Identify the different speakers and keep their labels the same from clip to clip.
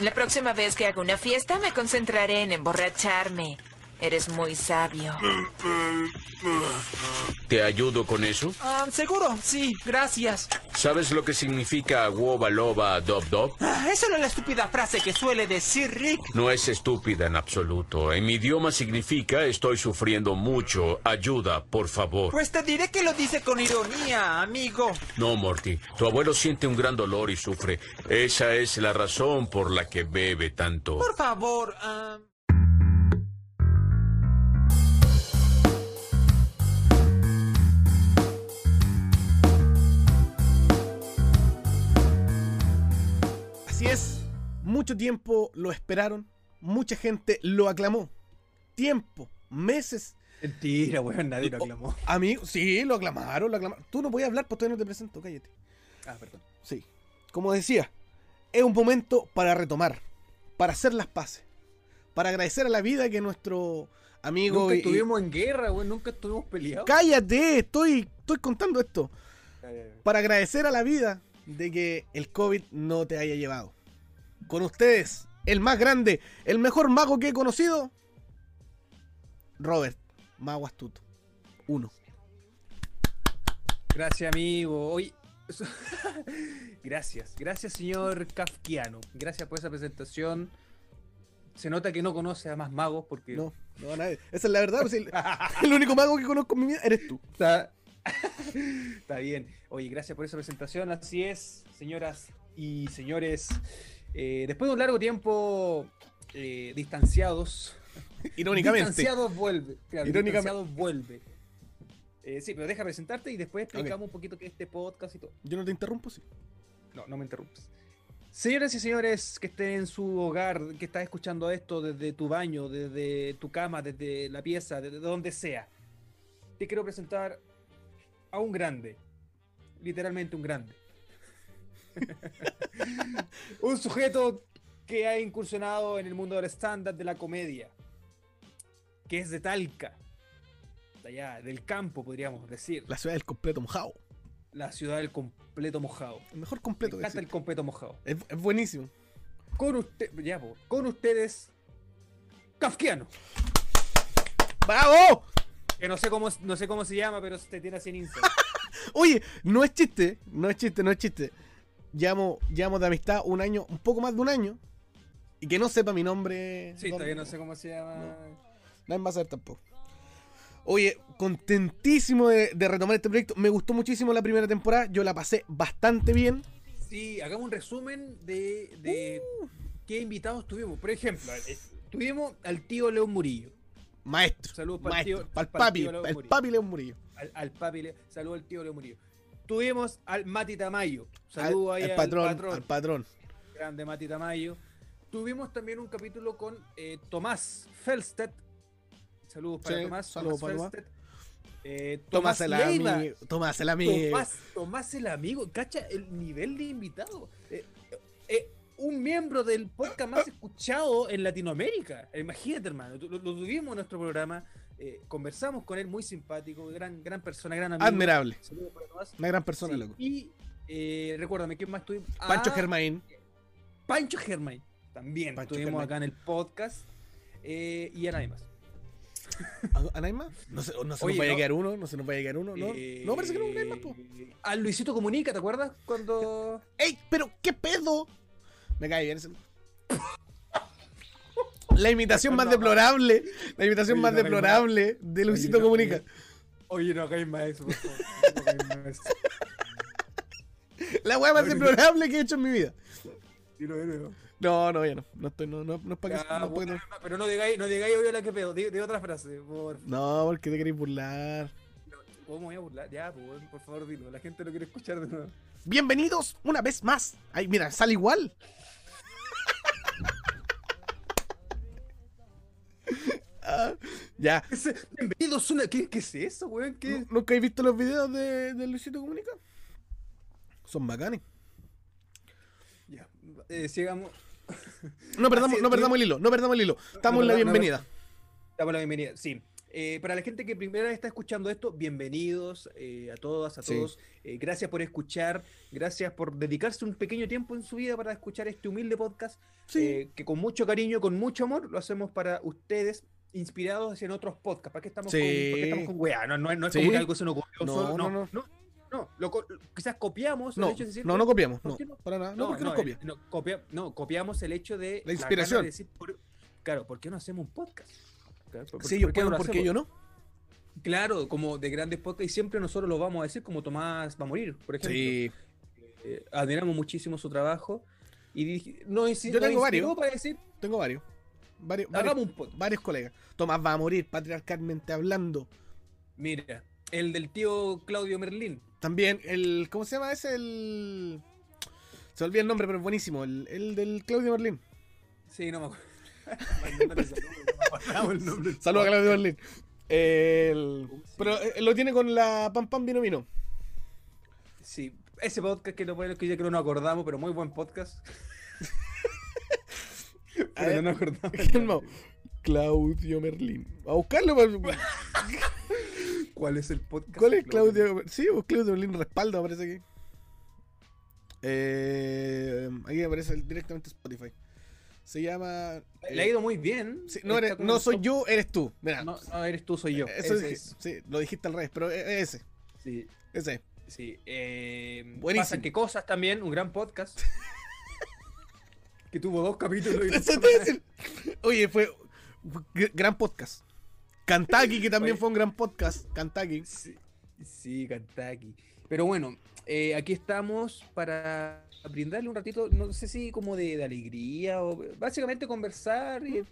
Speaker 1: La próxima vez que haga una fiesta me concentraré en emborracharme. Eres muy sabio.
Speaker 2: ¿Te ayudo con eso?
Speaker 3: Ah, seguro, sí, gracias.
Speaker 2: ¿Sabes lo que significa woba loba dob dob?
Speaker 3: Ah, esa no es la estúpida frase que suele decir Rick.
Speaker 2: No es estúpida en absoluto. En mi idioma significa estoy sufriendo mucho. Ayuda, por favor.
Speaker 3: Pues te diré que lo dice con ironía, amigo.
Speaker 2: No, Morty. Tu abuelo siente un gran dolor y sufre. Esa es la razón por la que bebe tanto.
Speaker 3: Por favor, ah,
Speaker 4: Así es, mucho tiempo lo esperaron, mucha gente lo aclamó. Tiempo, meses.
Speaker 5: Mentira, weón, nadie lo aclamó.
Speaker 4: Amigo, sí, lo aclamaron, lo aclamaron. Tú no puedes hablar, pues todavía no te presento, cállate.
Speaker 5: Ah, perdón.
Speaker 4: Sí. Como decía, es un momento para retomar, para hacer las paces, para agradecer a la vida que nuestro amigo.
Speaker 5: Nunca
Speaker 4: y-
Speaker 5: estuvimos en guerra, weón, nunca estuvimos peleados.
Speaker 4: Cállate, estoy, estoy contando esto.
Speaker 5: Ya, ya, ya.
Speaker 4: Para agradecer a la vida de que el COVID no te haya llevado. Con ustedes, el más grande, el mejor mago que he conocido, Robert, mago astuto. Uno.
Speaker 5: Gracias, amigo. Hoy... eso- gracias, gracias, señor Kafkiano. Gracias por esa presentación. Se nota que no conoce a más magos porque
Speaker 4: No, no a nadie. Esa es la verdad. pues, el, el único mago que conozco en mi vida eres tú.
Speaker 5: Está... Está bien. Oye, gracias por esa presentación. Así es, señoras y señores. Eh, después de un largo tiempo eh, distanciados,
Speaker 4: Irónicamente.
Speaker 5: distanciados vuelve. claro,
Speaker 4: Irónicamente.
Speaker 5: distanciados vuelve. Eh, sí, pero deja presentarte y después explicamos un poquito qué es este podcast y todo.
Speaker 4: Yo no te interrumpo, sí.
Speaker 5: No, no me interrumpas. Señoras y señores que estén en su hogar, que estás escuchando esto desde tu baño, desde tu cama, desde la pieza, desde donde sea, te quiero presentar a un grande. Literalmente un grande. un sujeto que ha incursionado en el mundo del stand-up, de la comedia, que es de Talca, de allá, del campo, podríamos decir,
Speaker 4: La ciudad del completo mojado.
Speaker 5: la ciudad del completo mojado.
Speaker 4: El mejor
Speaker 5: Me
Speaker 4: completo que
Speaker 5: encanta el
Speaker 4: existe.
Speaker 5: completo mojado.
Speaker 4: Es, es buenísimo.
Speaker 5: Con usted, ya, po, con ustedes, Kafkiano.
Speaker 4: ¡Bravo!
Speaker 5: Que no sé cómo, no sé cómo se llama, pero te tiene así en Instagram.
Speaker 4: Oye, no es chiste, no es chiste, no es chiste. Llevamos, llevamos de amistad un año, un poco más de un año. Y que no sepa mi nombre.
Speaker 5: Sí,
Speaker 4: don-
Speaker 5: todavía no sé cómo se llama.
Speaker 4: Nadie va a saber tampoco. Oye, contentísimo de, de retomar este proyecto. Me gustó muchísimo la primera temporada. Yo la pasé bastante bien.
Speaker 5: Sí, hagamos un resumen de, de
Speaker 4: Uh.
Speaker 5: qué invitados tuvimos. Por ejemplo, eh, tuvimos al tío León Murillo.
Speaker 4: Maestro.
Speaker 5: Saludos pa'l
Speaker 4: maestro.
Speaker 5: tío-
Speaker 4: Para el
Speaker 5: pa'l
Speaker 4: papi.
Speaker 5: tío León
Speaker 4: Para el
Speaker 5: Murillo.
Speaker 4: papi León Murillo.
Speaker 5: Al, al papi, le, saludo al tío León Murillo. Tuvimos al Mati Tamayo. Saludo
Speaker 4: al,
Speaker 5: ahí
Speaker 4: al
Speaker 5: al
Speaker 4: patrón,
Speaker 5: patrón.
Speaker 4: Al patrón.
Speaker 5: grande Mati Tamayo. Tuvimos también un capítulo con eh, Tomás Felsted. Saludos para
Speaker 4: Sí,
Speaker 5: Tomás.
Speaker 4: saludos
Speaker 5: Tomás
Speaker 4: para
Speaker 5: Felsted. Eh,
Speaker 4: Tomás
Speaker 5: Tomás
Speaker 4: el
Speaker 5: Leiva.
Speaker 4: amigo. Tomás el amigo.
Speaker 5: Tomás, Tomás el amigo. Cacha el nivel de invitado. Eh, eh, un miembro del podcast más escuchado en Latinoamérica. Imagínate, hermano. Lo, lo tuvimos en nuestro programa. eh, conversamos con él, muy simpático. Gran, gran persona, gran amigo.
Speaker 4: Admirable.
Speaker 5: Saludos para Tomás.
Speaker 4: Una gran Ah, persona,
Speaker 5: Sí,
Speaker 4: loco.
Speaker 5: Y eh, recuérdame, ¿quién más tuvimos?
Speaker 4: Pancho
Speaker 5: Ah,
Speaker 4: Germain.
Speaker 5: Pancho Germain también
Speaker 4: Pancho
Speaker 5: estuvimos
Speaker 4: Germain.
Speaker 5: acá en el podcast eh, y a nadie más.
Speaker 4: ¿A, a nadie más? No se, no se
Speaker 5: Oye,
Speaker 4: nos va a
Speaker 5: no.
Speaker 4: llegar uno, no se nos va a llegar uno, ¿no?
Speaker 5: Eh,
Speaker 4: No, parece que no, nadie más, po.
Speaker 5: A Luisito Comunica, ¿te acuerdas? Cuando.
Speaker 4: ¡Ey, pero qué pedo! Me cae bien ese... La imitación más deplorable, la imitación
Speaker 5: Oye,
Speaker 4: más
Speaker 5: no, no,
Speaker 4: deplorable de Luisito
Speaker 5: Oye, no,
Speaker 4: Comunica.
Speaker 5: Oye, no hagáis más eso, por favor. No hagáis más eso.
Speaker 4: La weá más
Speaker 5: Oye, no.
Speaker 4: deplorable que he hecho en mi vida.
Speaker 5: Dilo de nuevo.
Speaker 4: No, no, ya no. No estoy, no, no, no es para que.
Speaker 5: Ya,
Speaker 4: no, es pa' que-
Speaker 5: bueno, Pero no digáis, no digáis, oye, la que pedo. De, otra frase, por favor.
Speaker 4: no, porque te queréis burlar.
Speaker 5: ¿Cómo me voy a burlar? Ya, pues, por, por favor, dilo. La gente lo quiere escuchar de nuevo.
Speaker 4: Bienvenidos una vez más. Ay, mira, sale igual. Ah, ya.
Speaker 5: Ese- Bienvenidos una. ¿Qué, qué es eso, weón? ¿Qué
Speaker 4: ¿Nu- ¿Nunca he visto los videos de, de Luisito Comunica? Son bacanes.
Speaker 5: Ya. Eh, sigamos.
Speaker 4: No perdamos,
Speaker 5: Así-
Speaker 4: Ah, no perdamos el hilo, no perdamos el hilo. Estamos en la
Speaker 5: No, no, no,
Speaker 4: bienvenida.
Speaker 5: Damos la bienvenida, sí. Eh, para la gente que primera vez está escuchando esto, bienvenidos eh, a todas, a
Speaker 4: Sí.
Speaker 5: todos. Eh, gracias por escuchar, gracias por dedicarse un pequeño tiempo en su vida para escuchar este humilde podcast, eh, que con mucho cariño, con mucho amor, lo hacemos para ustedes, inspirados en otros podcasts. ¿Para qué estamos, con, para qué estamos
Speaker 4: Sí.
Speaker 5: con weá? No, no, es- no es
Speaker 4: Sí.
Speaker 5: como que algo se nos ocurrió.
Speaker 4: No,
Speaker 5: solo-
Speaker 4: no,
Speaker 5: no,
Speaker 4: no.
Speaker 5: no, no, lo co- lo- quizás copiamos. el
Speaker 4: No,
Speaker 5: hecho de decir,
Speaker 4: no, no copiamos.
Speaker 5: ¿por
Speaker 4: No,
Speaker 5: qué no?
Speaker 4: para nada. No, porque no, eh,
Speaker 5: no,
Speaker 4: copia.
Speaker 5: el- no, copia- no, copiamos el hecho de
Speaker 4: La
Speaker 5: ganas de
Speaker 4: inspiración.
Speaker 5: decir, por- claro, ¿por qué no hacemos un podcast? Claro, ¿por-
Speaker 4: Si
Speaker 5: por
Speaker 4: ellos
Speaker 5: qué no
Speaker 4: pueden,
Speaker 5: lo
Speaker 4: ¿por qué
Speaker 5: hacemos?
Speaker 4: yo no?
Speaker 5: Claro, como de grandes podcasts, y siempre nosotros lo vamos a decir, como Tomás va a morir, por ejemplo.
Speaker 4: Sí.
Speaker 5: Eh, admiramos muchísimo su trabajo. Y dije- no, es-
Speaker 4: Yo
Speaker 5: nos
Speaker 4: tengo varios.
Speaker 5: inspiró para decir,
Speaker 4: Tengo varios. Varios, varios,
Speaker 5: hagamos un podcast.
Speaker 4: varios colegas. Tomás va a morir patriarcalmente hablando.
Speaker 5: Mira, el del tío Claudio Merlín.
Speaker 4: También el. ¿Cómo se llama ese? El. Se olvida el nombre, pero es buenísimo. El, el del Claudio Berlín.
Speaker 5: Sí, no me acuerdo. Mandándole saludos, no me acordaba el nombre.
Speaker 4: Saludos a Claudio Berlín. El- pero eh, lo tiene con la Pam Pam Vino Vino.
Speaker 5: Sí, ese podcast que lo bueno que yo creo no acordamos, pero muy buen podcast.
Speaker 4: A ver,
Speaker 5: pero no nos acordamos.
Speaker 4: Calmao. Claudio Merlín. A buscarlo. pa-
Speaker 5: ¿Cuál es el podcast?
Speaker 4: ¿Cuál es
Speaker 5: de
Speaker 4: Claudio? Sí, pues Claudio Merlín respalda, parece aquí. Eh, ahí aparece el- directamente Spotify. Se llama. eh,
Speaker 5: Le ha ido muy bien.
Speaker 4: Sí, no,
Speaker 5: Eh, Está
Speaker 4: eres-
Speaker 5: como
Speaker 4: no
Speaker 5: en
Speaker 4: soy
Speaker 5: top-
Speaker 4: yo, eres tú. Mira,
Speaker 5: No, no eres tú, soy yo.
Speaker 4: eso
Speaker 5: Ese
Speaker 4: dije-
Speaker 5: es-
Speaker 4: sí, lo dijiste al revés, pero e- ese.
Speaker 5: sí,
Speaker 4: Ese.
Speaker 5: sí. Eh,
Speaker 4: Buenísimo.
Speaker 5: Pasan que cosas también, un gran podcast. que tuvo dos capítulos. Y
Speaker 4: Eso te iba a decir. Oye, fue gr- gran podcast. Kentucky, que también
Speaker 5: Oye.
Speaker 4: fue un gran podcast. Kentucky.
Speaker 5: Sí, sí, Kentucky. Pero bueno, eh, aquí estamos para brindarle un ratito, no sé si como de, de alegría o básicamente conversar y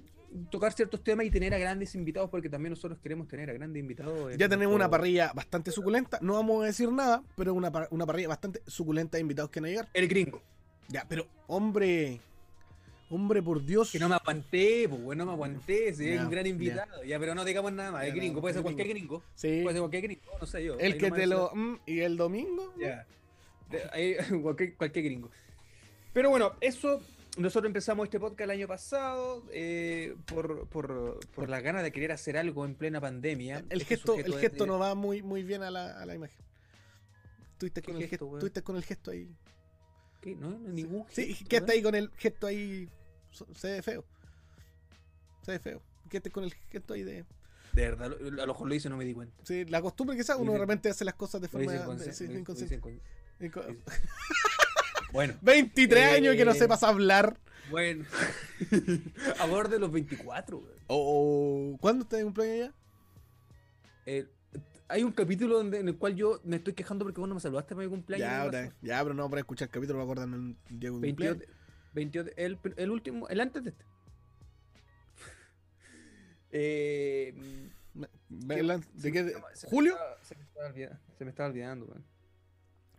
Speaker 5: tocar ciertos temas y tener a grandes invitados porque también nosotros queremos tener a grandes invitados. en
Speaker 4: Ya tenemos una
Speaker 5: nuestro-
Speaker 4: parrilla bastante suculenta. No vamos a decir nada, pero una, par- una parrilla bastante suculenta de invitados que van a llegar.
Speaker 5: El gringo.
Speaker 4: Ya, pero hombre. Hombre, por Dios.
Speaker 5: Que no me aguanté, pues, bueno, no me aguanté, si es
Speaker 4: Ya,
Speaker 5: un gran
Speaker 4: ya.
Speaker 5: invitado. Ya, pero no digamos nada más,
Speaker 4: Ya,
Speaker 5: el
Speaker 4: no,
Speaker 5: gringo, puede ser
Speaker 4: el
Speaker 5: cualquier gringo.
Speaker 4: Sí.
Speaker 5: Puede ser cualquier Pues, gringo, no sé yo.
Speaker 4: El
Speaker 5: ahí
Speaker 4: que
Speaker 5: nomás
Speaker 4: te
Speaker 5: decía-
Speaker 4: lo. mm, y el domingo.
Speaker 5: Ya. De- ahí, cualquier, cualquier gringo. Pero bueno, eso. Nosotros empezamos este podcast el año pasado eh, por, por, por las ganas de querer hacer algo en plena pandemia.
Speaker 4: El
Speaker 5: Este
Speaker 4: gesto,
Speaker 5: sujeto
Speaker 4: el
Speaker 5: es
Speaker 4: gesto
Speaker 5: de-
Speaker 4: no va muy, muy bien a la, a la imagen. Tuviste
Speaker 5: ¿Qué
Speaker 4: con, el
Speaker 5: gesto,
Speaker 4: gesto,
Speaker 5: weón?
Speaker 4: tuviste con el gesto ahí.
Speaker 5: ¿Qué? No, no, ningún
Speaker 4: Sí,
Speaker 5: gesto,
Speaker 4: quédate
Speaker 5: ¿eh?
Speaker 4: ahí con el gesto ahí. so- Se ve feo. Se ve feo. Quédate con el gesto ahí de.
Speaker 5: De verdad, lo- a lo mejor lo hice, no me di cuenta.
Speaker 4: Sí, la costumbre quizás uno
Speaker 5: Lo hice-
Speaker 4: de repente hace las cosas de
Speaker 5: Lo
Speaker 4: forma
Speaker 5: hice
Speaker 4: de-
Speaker 5: inconsci-
Speaker 4: sí,
Speaker 5: lo hice- lo hice
Speaker 4: inconsciente.
Speaker 5: incon-
Speaker 4: Inco-
Speaker 5: lo hice- Bueno,
Speaker 4: 23 años que no
Speaker 5: Eh.
Speaker 4: sepas hablar.
Speaker 5: bueno. a bordo de los 24. güey. oh,
Speaker 4: O ¿Cuándo está de cumpleaños ya?
Speaker 5: Eh, hay un capítulo donde, en el cual yo me estoy quejando porque vos no me saludaste para mi cumpleaños.
Speaker 4: Ya,
Speaker 5: ¿qué
Speaker 4: ahora,
Speaker 5: pasó?
Speaker 4: ya, pero no para escuchar el capítulo, me acuerdan el Diego
Speaker 5: 28, 28 el, pr- el último, el antes de este. Eh, ¿qué- se
Speaker 4: ¿De
Speaker 5: me
Speaker 4: qué?
Speaker 5: estaba- se me
Speaker 4: ¿Julio?
Speaker 5: estaba- Se me estaba olvida- se me estaba olvidando, weón.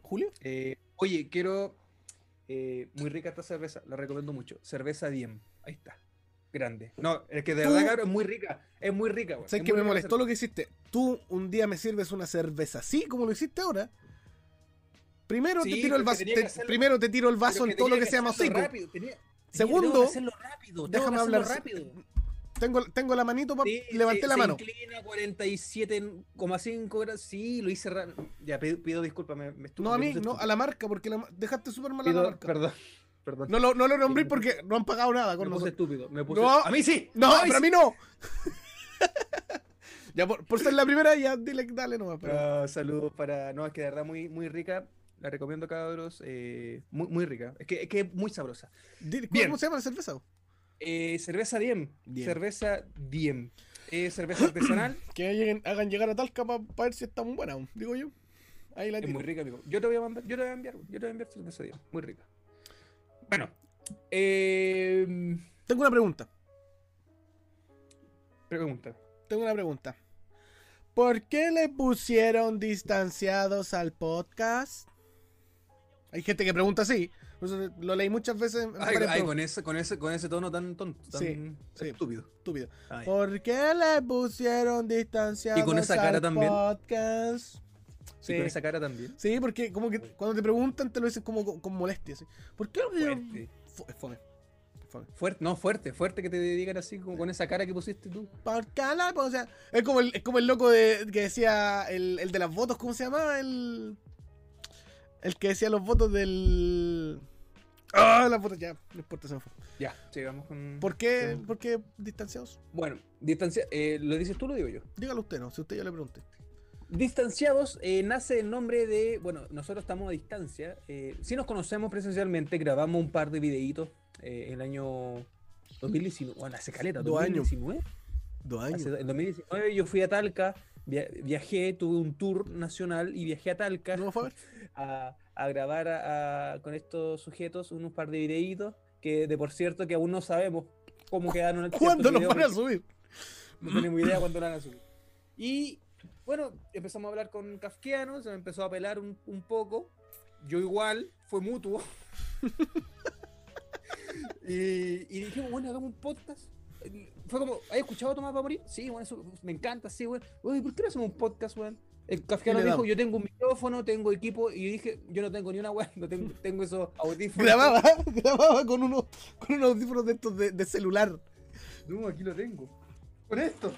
Speaker 4: ¿Julio?
Speaker 5: Eh, oye, quiero. eh, muy rica esta cerveza, la recomiendo mucho. Cerveza Diem, ahí está. Grande. No, es que de
Speaker 4: Tú-
Speaker 5: verdad, cabrón, es muy rica. Es muy rica, weón.
Speaker 4: ¿Sabes
Speaker 5: es
Speaker 4: que
Speaker 5: muy
Speaker 4: me
Speaker 5: rica la
Speaker 4: molestó lo que hiciste? Tú un día me sirves una cerveza así como lo hiciste ahora. Primero
Speaker 5: Sí,
Speaker 4: te tiro el
Speaker 5: porque
Speaker 4: vaso,
Speaker 5: tenía
Speaker 4: te-
Speaker 5: que hacerlo-
Speaker 4: primero te tiro el
Speaker 5: cerveza.
Speaker 4: vaso
Speaker 5: Pero
Speaker 4: en todo lo
Speaker 5: tenía
Speaker 4: que sea pues.
Speaker 5: hacerlo
Speaker 4: más seco.
Speaker 5: rápido, tenía- tenía-
Speaker 4: Segundo,
Speaker 5: tengo que hacerlo rápido, tengo que
Speaker 4: déjame
Speaker 5: hacerlo
Speaker 4: hablar.
Speaker 5: rápido.
Speaker 4: Tengo, tengo la manito para
Speaker 5: Sí,
Speaker 4: levanté
Speaker 5: se-
Speaker 4: la
Speaker 5: se
Speaker 4: mano.
Speaker 5: inclina 47,5 grados. Sí, lo hice raro. Ya, pido, pido disculpas. Me, me estuve-
Speaker 4: No a
Speaker 5: me
Speaker 4: mí,
Speaker 5: puse
Speaker 4: no a
Speaker 5: estúpido.
Speaker 4: la marca, porque la ma- dejaste súper mal a la
Speaker 5: Pido-
Speaker 4: marca.
Speaker 5: Perdón, perdón.
Speaker 4: No lo, no lo nombré
Speaker 5: Sí, me-
Speaker 4: porque no han pagado nada
Speaker 5: me
Speaker 4: con
Speaker 5: puse
Speaker 4: nosotros.
Speaker 5: estúpido. Me puse...
Speaker 4: No.
Speaker 5: ¡A mí sí!
Speaker 4: No,
Speaker 5: ¡Ay,
Speaker 4: pero a
Speaker 5: sí!
Speaker 4: mí no. ya por, por ser la primera, ya dile, dale nomás. Pero...
Speaker 5: Ah, saludos para. No, es que de verdad muy, muy rica. La recomiendo, cabros. eh, muy, muy rica. Es que es que es muy sabrosa.
Speaker 4: Dile, ¿Cómo
Speaker 5: Bien.
Speaker 4: se llama la cerveza?
Speaker 5: Eh, cerveza Diem.
Speaker 4: Diem.
Speaker 5: Cerveza Diem. Eh, cerveza artesanal.
Speaker 4: Que lleguen, hagan llegar a Talca para ver si está muy buena, digo yo. Ahí la
Speaker 5: Es muy rica, amigo. Yo te voy a mandar, yo te voy a enviar, yo te voy a enviar cerveza Diem. Muy rica. Bueno. Eh,
Speaker 4: Tengo una pregunta.
Speaker 5: pregunta.
Speaker 4: Tengo una pregunta. ¿Por qué le pusieron distanciados al podcast? Hay gente que pregunta así. Por eso lo leí muchas veces. en varias
Speaker 5: Ay, ay,
Speaker 4: preguntas.
Speaker 5: con, ese, con, ese, con ese tono tan tonto, tan
Speaker 4: Sí, sí.
Speaker 5: estúpido.
Speaker 4: Estúpido.
Speaker 5: Ay.
Speaker 4: ¿Por qué le pusieron distanciados
Speaker 5: Y con esa cara
Speaker 4: al
Speaker 5: también.
Speaker 4: podcast?
Speaker 5: Sí, con esa cara también.
Speaker 4: Sí, porque como que cuando te preguntan te lo dicen como con, con molestia. así. ¿Por qué lo pusieron?
Speaker 5: Fuerte.
Speaker 4: Fo- es fome. fue.
Speaker 5: Fuerte, no, fuerte, fuerte que te digan así, como con esa cara que pusiste tú.
Speaker 4: Porque la- pues, o sea, es como el, es como el loco de, que decía el, el de las votos, ¿cómo se llamaba? El, el que decía los votos del. Ah, las votos ya, no importa, se me fue.
Speaker 5: Ya, sigamos con.
Speaker 4: ¿Por qué,
Speaker 5: con-
Speaker 4: por qué distanciados?
Speaker 5: Bueno, distancia, eh, ¿lo dices tú o lo digo yo?
Speaker 4: Dígalo usted, no, si usted yo le pregunté.
Speaker 5: Distanciados eh, nace el nombre de. Bueno, nosotros estamos a distancia. Eh, sí nos conocemos presencialmente, grabamos un par de videitos eh, el año 2019. Bueno, hace caleta,
Speaker 4: Dos años.
Speaker 5: 2019.
Speaker 4: Dos
Speaker 5: Hace-
Speaker 4: años.
Speaker 5: en 2019 yo fui a Talca, via- viajé, tuve un tour nacional y viajé a Talca
Speaker 4: ¿No me fue a ver?
Speaker 5: a, a grabar a- a- con estos sujetos unos par de videitos que de por cierto que aún no sabemos cómo quedaron.
Speaker 4: ¿Cuándo
Speaker 5: los
Speaker 4: los van a subir?
Speaker 5: no tenemos idea cuándo la van a subir. Y bueno, empezamos a hablar con Kafkiano, se me empezó a pelar un, un poco. Yo igual, fue mutuo. y, y dijimos, bueno, hagamos un podcast. Fue como, ¿has escuchado a Tomás para morir? Sí, bueno, eso me encanta, sí, bueno. Oye, ¿por qué no hacemos un podcast, weón? El Kafkiano
Speaker 4: le
Speaker 5: dijo,
Speaker 4: damos.
Speaker 5: yo tengo un micrófono, tengo equipo, y yo dije, yo no tengo ni una weón, no tengo, tengo esos audífonos.
Speaker 4: Grababa, grababa con unos, con unos audífonos de estos de, de celular.
Speaker 5: No, aquí lo tengo. Con esto.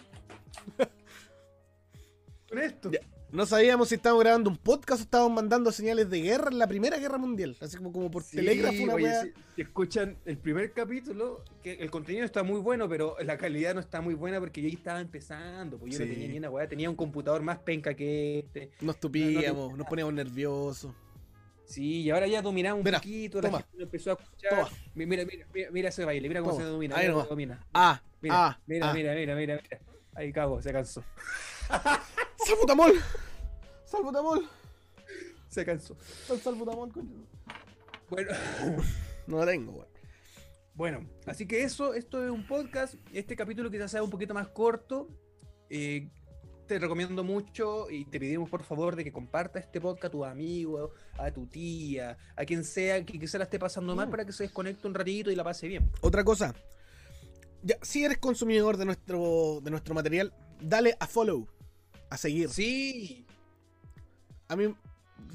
Speaker 5: Con esto.
Speaker 4: No sabíamos si estábamos grabando un podcast o estábamos mandando señales de guerra en la Primera Guerra Mundial. Así como, como por
Speaker 5: Sí,
Speaker 4: telégrafo una
Speaker 5: oye,
Speaker 4: wea.
Speaker 5: si- si escuchan el primer capítulo, que el contenido está muy bueno, pero la calidad no está muy buena porque yo ahí estaba empezando, pues yo no
Speaker 4: Sí.
Speaker 5: tenía ni una weá, tenía un computador más penca que este.
Speaker 4: Nos tupíamos, nos poníamos nerviosos.
Speaker 5: Sí, y ahora ya dominaba un
Speaker 4: Mira,
Speaker 5: poquito, la
Speaker 4: toma.
Speaker 5: gente lo empezó a escuchar.
Speaker 4: Toma.
Speaker 5: Mi- Mira, mira, mira, mira ese baile, mira cómo
Speaker 4: Toma,
Speaker 5: se domina,
Speaker 4: ahí
Speaker 5: mira cómo
Speaker 4: nomás.
Speaker 5: domina.
Speaker 4: Ah,
Speaker 5: Mira,
Speaker 4: ah,
Speaker 5: mira,
Speaker 4: ah.
Speaker 5: mira, mira, mira, mira. Ahí cago, se cansó.
Speaker 4: ¡Salbutamol! ¡Salbutamol!
Speaker 5: Se cansó.
Speaker 4: ¡Salbutamol, coño!
Speaker 5: Bueno.
Speaker 4: No la tengo, weón.
Speaker 5: Bueno, así que eso, esto es un podcast. Este capítulo quizás sea un poquito más corto. Eh, te recomiendo mucho y te pedimos por favor de que compartas este podcast a tu amigo, a tu tía, a quien sea que quizás la esté pasando mal
Speaker 4: Mm.
Speaker 5: para que se desconecte un ratito y la pase bien.
Speaker 4: Otra cosa. Ya, si eres consumidor de nuestro, de nuestro material, dale a follow. A seguir.
Speaker 5: Sí,
Speaker 4: A mí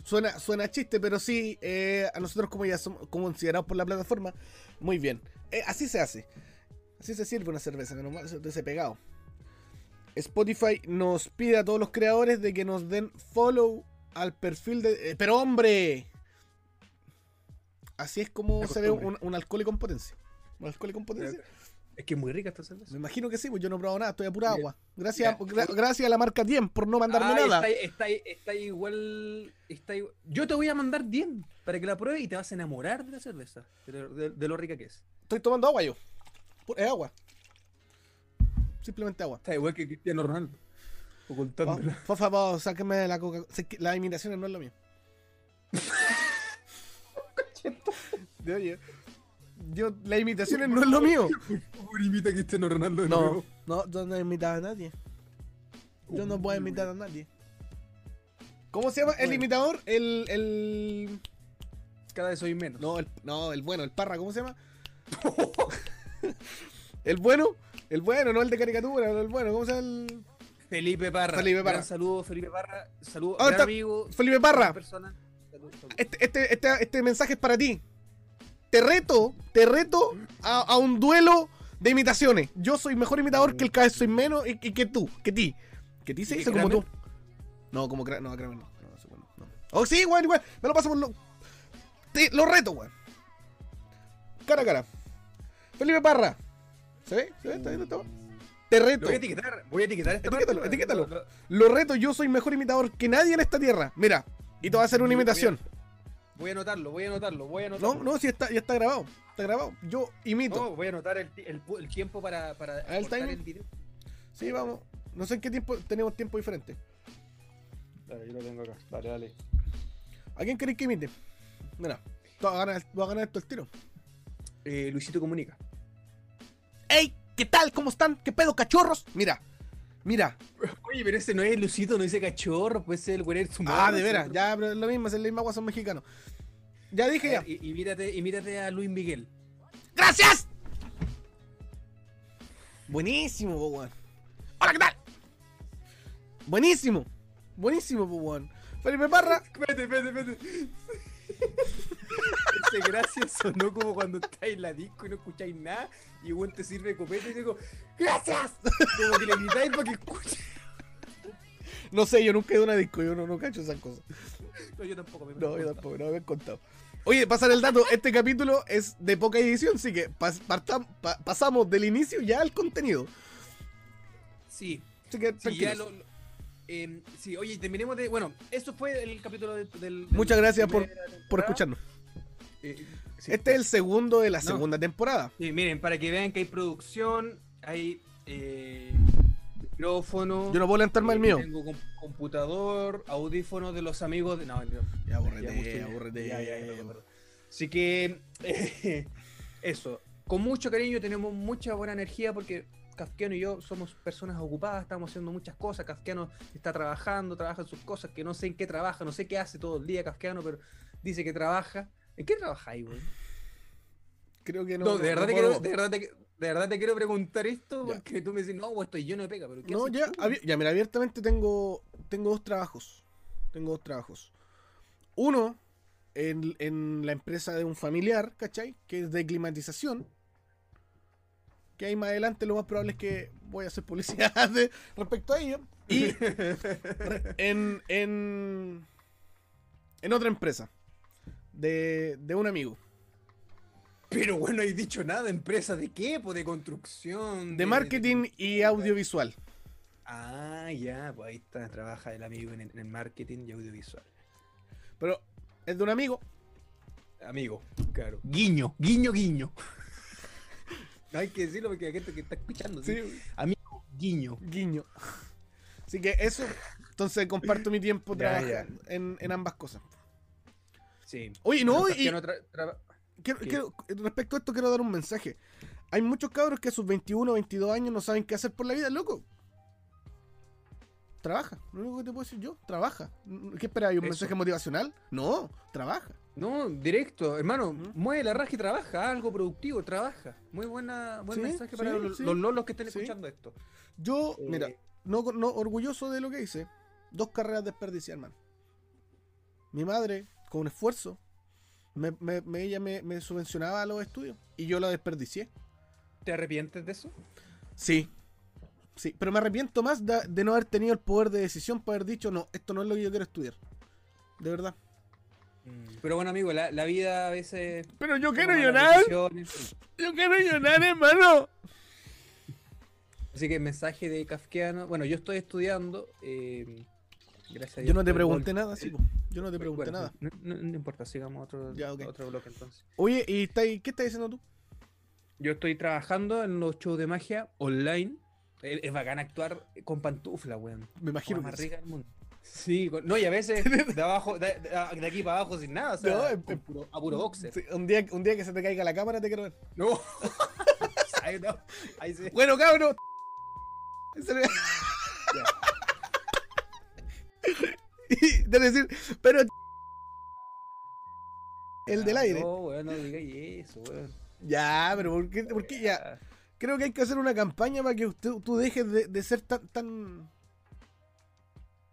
Speaker 4: suena, suena chiste, pero sí, eh, a nosotros como ya somos como considerados por la plataforma, muy bien. Eh, así se hace. Así se sirve una cerveza, menos mal, de ese pegado. Spotify nos pide a todos los creadores de que nos den follow al perfil de... eh, pero hombre, así es como
Speaker 5: La
Speaker 4: se ve un,
Speaker 5: costumbre.
Speaker 4: un alcohólico en potencia. ¿Un alcohólico en potencia?
Speaker 5: es que es muy rica esta cerveza.
Speaker 4: Me imagino que sí, pues yo no he probado nada, estoy a pura
Speaker 5: Ya.
Speaker 4: agua. Gracias,
Speaker 5: Ya.
Speaker 4: gra- gracias a la marca 10 por no mandarme
Speaker 5: Ay,
Speaker 4: nada.
Speaker 5: Está, Ah, está- está igual, está igual- Yo te voy a mandar 10 para que la pruebes y te vas a enamorar de la cerveza, de, lo- de- de lo rica que es.
Speaker 4: Estoy tomando agua yo. Pu- Es agua. Simplemente agua.
Speaker 5: Está igual que Cristiano Ronaldo.
Speaker 4: Por
Speaker 5: Ocultándola.
Speaker 4: por favor, sáquenme de la coca sé que Las imitaciones no es lo mío. De oye. Yo, las imitaciones no es lo mío.
Speaker 5: Pobre imita a Cristiano Ronaldo de
Speaker 4: No,
Speaker 5: nuevo.
Speaker 4: no, yo no he imitado a nadie. Yo no puedo
Speaker 5: Uy,
Speaker 4: imitar a nadie. ¿Cómo se llama? El
Speaker 5: Bueno.
Speaker 4: imitador, el. el.
Speaker 5: Cada vez soy menos.
Speaker 4: No, el, no, el bueno, el parra, ¿cómo se llama? el bueno, el bueno, no el de caricatura, no el bueno, ¿cómo se llama el.
Speaker 5: Felipe Parra.
Speaker 4: Felipe Parra.
Speaker 5: Gran saludo, Felipe Parra. Saludo,
Speaker 4: Ah,
Speaker 5: gran
Speaker 4: está-
Speaker 5: amigo.
Speaker 4: Felipe Parra.
Speaker 5: gran persona. Salud, salud.
Speaker 4: este, este, este, este mensaje es para ti. Te reto, te reto a, a un duelo de imitaciones. Yo soy mejor imitador que el cabeza soy menos y, y que tú, que ti. Que ti se
Speaker 5: ¿Y que
Speaker 4: dice como
Speaker 5: Kramer?
Speaker 4: tú. No, como Kramer, no, Kramer no. no, ese weón no. Oh, sí, weón, igual. Me lo paso por lo. Te, lo reto, weón. Cara a cara. Felipe Parra. ¿Se ve? ¿Se ve? ¿Está bien? ¿Está bien? Te
Speaker 5: Lo
Speaker 4: reto.
Speaker 5: voy a etiquetar. Voy a etiquetar esta
Speaker 4: Etiquétalo,
Speaker 5: parte,
Speaker 4: etiquétalo.
Speaker 5: lo- lo-
Speaker 4: Lo reto, yo soy mejor imitador que nadie en esta tierra. Mira. Y te va a hacer una
Speaker 5: Mira,
Speaker 4: imitación.
Speaker 5: Voy a anotarlo, voy a anotarlo, voy a anotarlo.
Speaker 4: No, no, sí está, ya está grabado. Está grabado. Yo imito.
Speaker 5: No, voy a anotar el, ti- el, pu- el tiempo para, para
Speaker 4: Ah, el
Speaker 5: cortar
Speaker 4: timer.
Speaker 5: video.
Speaker 4: Sí, vamos. No sé en qué tiempo tenemos tiempo diferente.
Speaker 5: Dale, yo lo tengo acá. Dale, dale.
Speaker 4: ¿A quién queréis que imite? Mira, tú vas a ganar, tú vas a ganar esto el tiro.
Speaker 5: Eh, Luisito comunica.
Speaker 4: ¡Ey! ¿Qué tal? ¿Cómo están? ¿Qué pedo, cachorros? Mira, mira.
Speaker 5: Oye, pero ese no es Luisito, no dice cachorro, pues es el güey su
Speaker 4: Ah, de veras. Ya, pero es lo mismo, es el mismo agua, son mexicanos. Ya dije ya.
Speaker 5: Eh, Y, y mírate, y mírate a Luis Miguel.
Speaker 4: ¡Gracias! Buenísimo, po, weón. Hola, ¿qué tal? Buenísimo. Buenísimo, po, weón. Felipe Parra,
Speaker 5: Espérate, espérate, espérate. hace gracia Este sonó como cuando estáis en la disco y no escucháis nada y bueno te sirve copete y digo ¡Gracias! Como que le gritáis para que escuche.
Speaker 4: No sé, yo nunca he ido a una disco, yo no, no cacho esas cosas.
Speaker 5: No, yo tampoco me
Speaker 4: No, yo tampoco, no me han contado. Oye, pasar el dato, este capítulo es de poca edición, así que pas- partam- pa- pasamos del inicio ya al contenido.
Speaker 5: Sí,
Speaker 4: Así que
Speaker 5: sí, ya
Speaker 4: tranquilos.
Speaker 5: lo. lo- em, sí, oye, terminemos de. Bueno, eso fue el capítulo del. del-
Speaker 4: Muchas
Speaker 5: del-
Speaker 4: gracias por,
Speaker 5: primera temporada.
Speaker 4: por escucharnos.
Speaker 5: Eh, ¿Ah? sí.
Speaker 4: Este es el segundo de la
Speaker 5: No.
Speaker 4: segunda temporada.
Speaker 5: Sí, miren, para que vean que hay producción, hay eh, micrófono.
Speaker 4: Yo no puedo levantar más el mío.
Speaker 5: Eh, Tengo com- computador, audífonos de los amigos de. No, no,
Speaker 4: Ya, aburrete,
Speaker 5: mucho ya.
Speaker 4: aburrete.
Speaker 5: Ya, ya, ya, perdón, perdón. Así que. eh, eso. Con mucho cariño, tenemos mucha buena energía porque Kafkiano y yo somos personas ocupadas, estamos haciendo muchas cosas. Kafkiano está trabajando, trabaja en sus cosas, que no sé en qué trabaja, no sé qué hace todo el día Kafkiano, pero dice que trabaja. ¿En qué trabajáis, güey?
Speaker 4: Creo que no.
Speaker 5: No, de verdad, te
Speaker 4: no
Speaker 5: quiero,
Speaker 4: puedo-
Speaker 5: de, verdad te, de verdad te quiero preguntar esto
Speaker 4: Ya.
Speaker 5: porque tú me dices, no, güey, estoy lleno de pega, pero ¿qué
Speaker 4: No,
Speaker 5: haces
Speaker 4: ya,
Speaker 5: tú?
Speaker 4: abier- ya, mira, abiertamente tengo, tengo dos trabajos. Tengo dos trabajos. Uno, en, en la empresa de un familiar, ¿cachai? Que es de climatización. Que ahí más adelante lo más probable es que voy a hacer publicidad de- respecto a ello. Y re- en, en, en otra empresa. De, de un amigo.
Speaker 5: Pero bueno, no he dicho nada, empresa de qué, pues de construcción.
Speaker 4: De marketing y audiovisual.
Speaker 5: Ah, ya, pues ahí está, trabaja el amigo en, en el marketing y audiovisual.
Speaker 4: Pero es de un amigo.
Speaker 5: Amigo, claro. Guiño, guiño, guiño. No hay que decirlo porque hay gente que está escuchando. ¿sí? Amigo, guiño.
Speaker 4: Guiño. Así que eso. Entonces comparto mi tiempo
Speaker 5: Ya,
Speaker 4: trabajando en, en ambas cosas.
Speaker 5: Sí.
Speaker 4: Oye, no,
Speaker 5: Pero
Speaker 4: y
Speaker 5: Kafkiano tra- traba-
Speaker 4: quiero-
Speaker 5: ¿qué?
Speaker 4: quiero- respecto a esto quiero dar un mensaje. Hay muchos cabros que a sus 21 o 22 años no saben qué hacer por la vida, loco. Trabaja. Lo único que te puedo decir yo, trabaja. ¿Qué esperáis? ¿Un
Speaker 5: Eso.
Speaker 4: mensaje motivacional? No, trabaja.
Speaker 5: No, directo, hermano,
Speaker 4: ¿Mm?
Speaker 5: mueve la raja y trabaja, haz algo productivo, trabaja. Muy buena, buen
Speaker 4: Sí,
Speaker 5: mensaje para
Speaker 4: sí,
Speaker 5: los,
Speaker 4: sí.
Speaker 5: los lolos que estén
Speaker 4: Sí.
Speaker 5: escuchando esto.
Speaker 4: Yo,
Speaker 5: Eh,
Speaker 4: mira, no, no orgulloso de lo que hice. Dos carreras desperdiciadas, hermano. Mi madre, con esfuerzo, me, me- me- ella me, me subvencionaba a los estudios y yo la desperdicié.
Speaker 5: ¿Te arrepientes de eso?
Speaker 4: Sí. Sí, pero me arrepiento más de, de no haber tenido el poder de decisión para haber dicho, no, esto no es lo que yo quiero estudiar. De verdad.
Speaker 5: Pero bueno, amigo, la, la vida a veces.
Speaker 4: Pero yo
Speaker 5: toma malas decisiones.
Speaker 4: Yo quiero llorar, hermano.
Speaker 5: Así que el mensaje de Kafkiano. Bueno, yo estoy estudiando. eh, gracias a
Speaker 4: Yo
Speaker 5: Dios
Speaker 4: no te
Speaker 5: por-
Speaker 4: pregunté nada, sí. po. Yo no te
Speaker 5: por-
Speaker 4: pregunté
Speaker 5: bueno,
Speaker 4: nada.
Speaker 5: No, no- no importa, sigamos a otro,
Speaker 4: Ya, ok.
Speaker 5: a otro bloque entonces.
Speaker 4: Oye, ¿y está ahí- qué estás diciendo tú?
Speaker 5: Yo estoy trabajando en los shows de magia online. Eh, Es, es bacán actuar con pantufla, weón.
Speaker 4: Me imagino.
Speaker 5: La más
Speaker 4: que sí.
Speaker 5: rica del mundo. Sí, con- no, y a veces de abajo, de, de- de aquí para abajo sin nada, o sea,
Speaker 4: No, em-
Speaker 5: con
Speaker 4: em-
Speaker 5: puro- a puro boxer.
Speaker 4: Sí, un, día, un día que se te caiga la cámara te quiero ver.
Speaker 5: No. Ahí no, ahí sí.
Speaker 4: Bueno, cabrón. Se me- y debe decir, pero. El del
Speaker 5: Ah,
Speaker 4: aire.
Speaker 5: No, weón, no digáis eso, weón.
Speaker 4: Ya, pero ¿por qué, por qué ya? Creo que hay que hacer una campaña para que usted, tú dejes de, de ser tan. tan.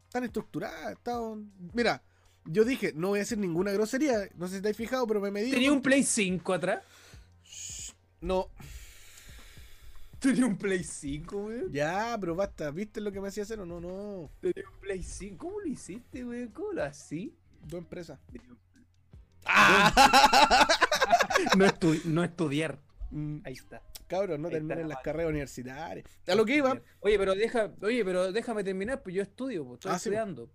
Speaker 4: tan estructurada. tan- Mira, yo dije, no voy a decir ninguna grosería. No sé si estáis fijados, pero me medí.
Speaker 5: ¿Tenía un Play 5 atrás?
Speaker 4: No,
Speaker 5: ¿Tenía un Play 5, weón?
Speaker 4: ya, pero basta. ¿Viste lo que me hacía hacer o no? No,
Speaker 5: ¿Tenía un Play 5? ¿Cómo lo hiciste, weón? ¿Cómo lo así?
Speaker 4: dos empresas.
Speaker 5: No, estu- no estudiar.
Speaker 4: Mm.
Speaker 5: Ahí está.
Speaker 4: Cabros, no
Speaker 5: Ahí está
Speaker 4: terminen
Speaker 5: la
Speaker 4: las
Speaker 5: mano.
Speaker 4: carreras universitarias. A lo que iba,
Speaker 5: Oye, pero deja, oye, pero déjame terminar, pues yo estudio, pues, estoy
Speaker 4: Ah, sí, pues.
Speaker 5: estudiando.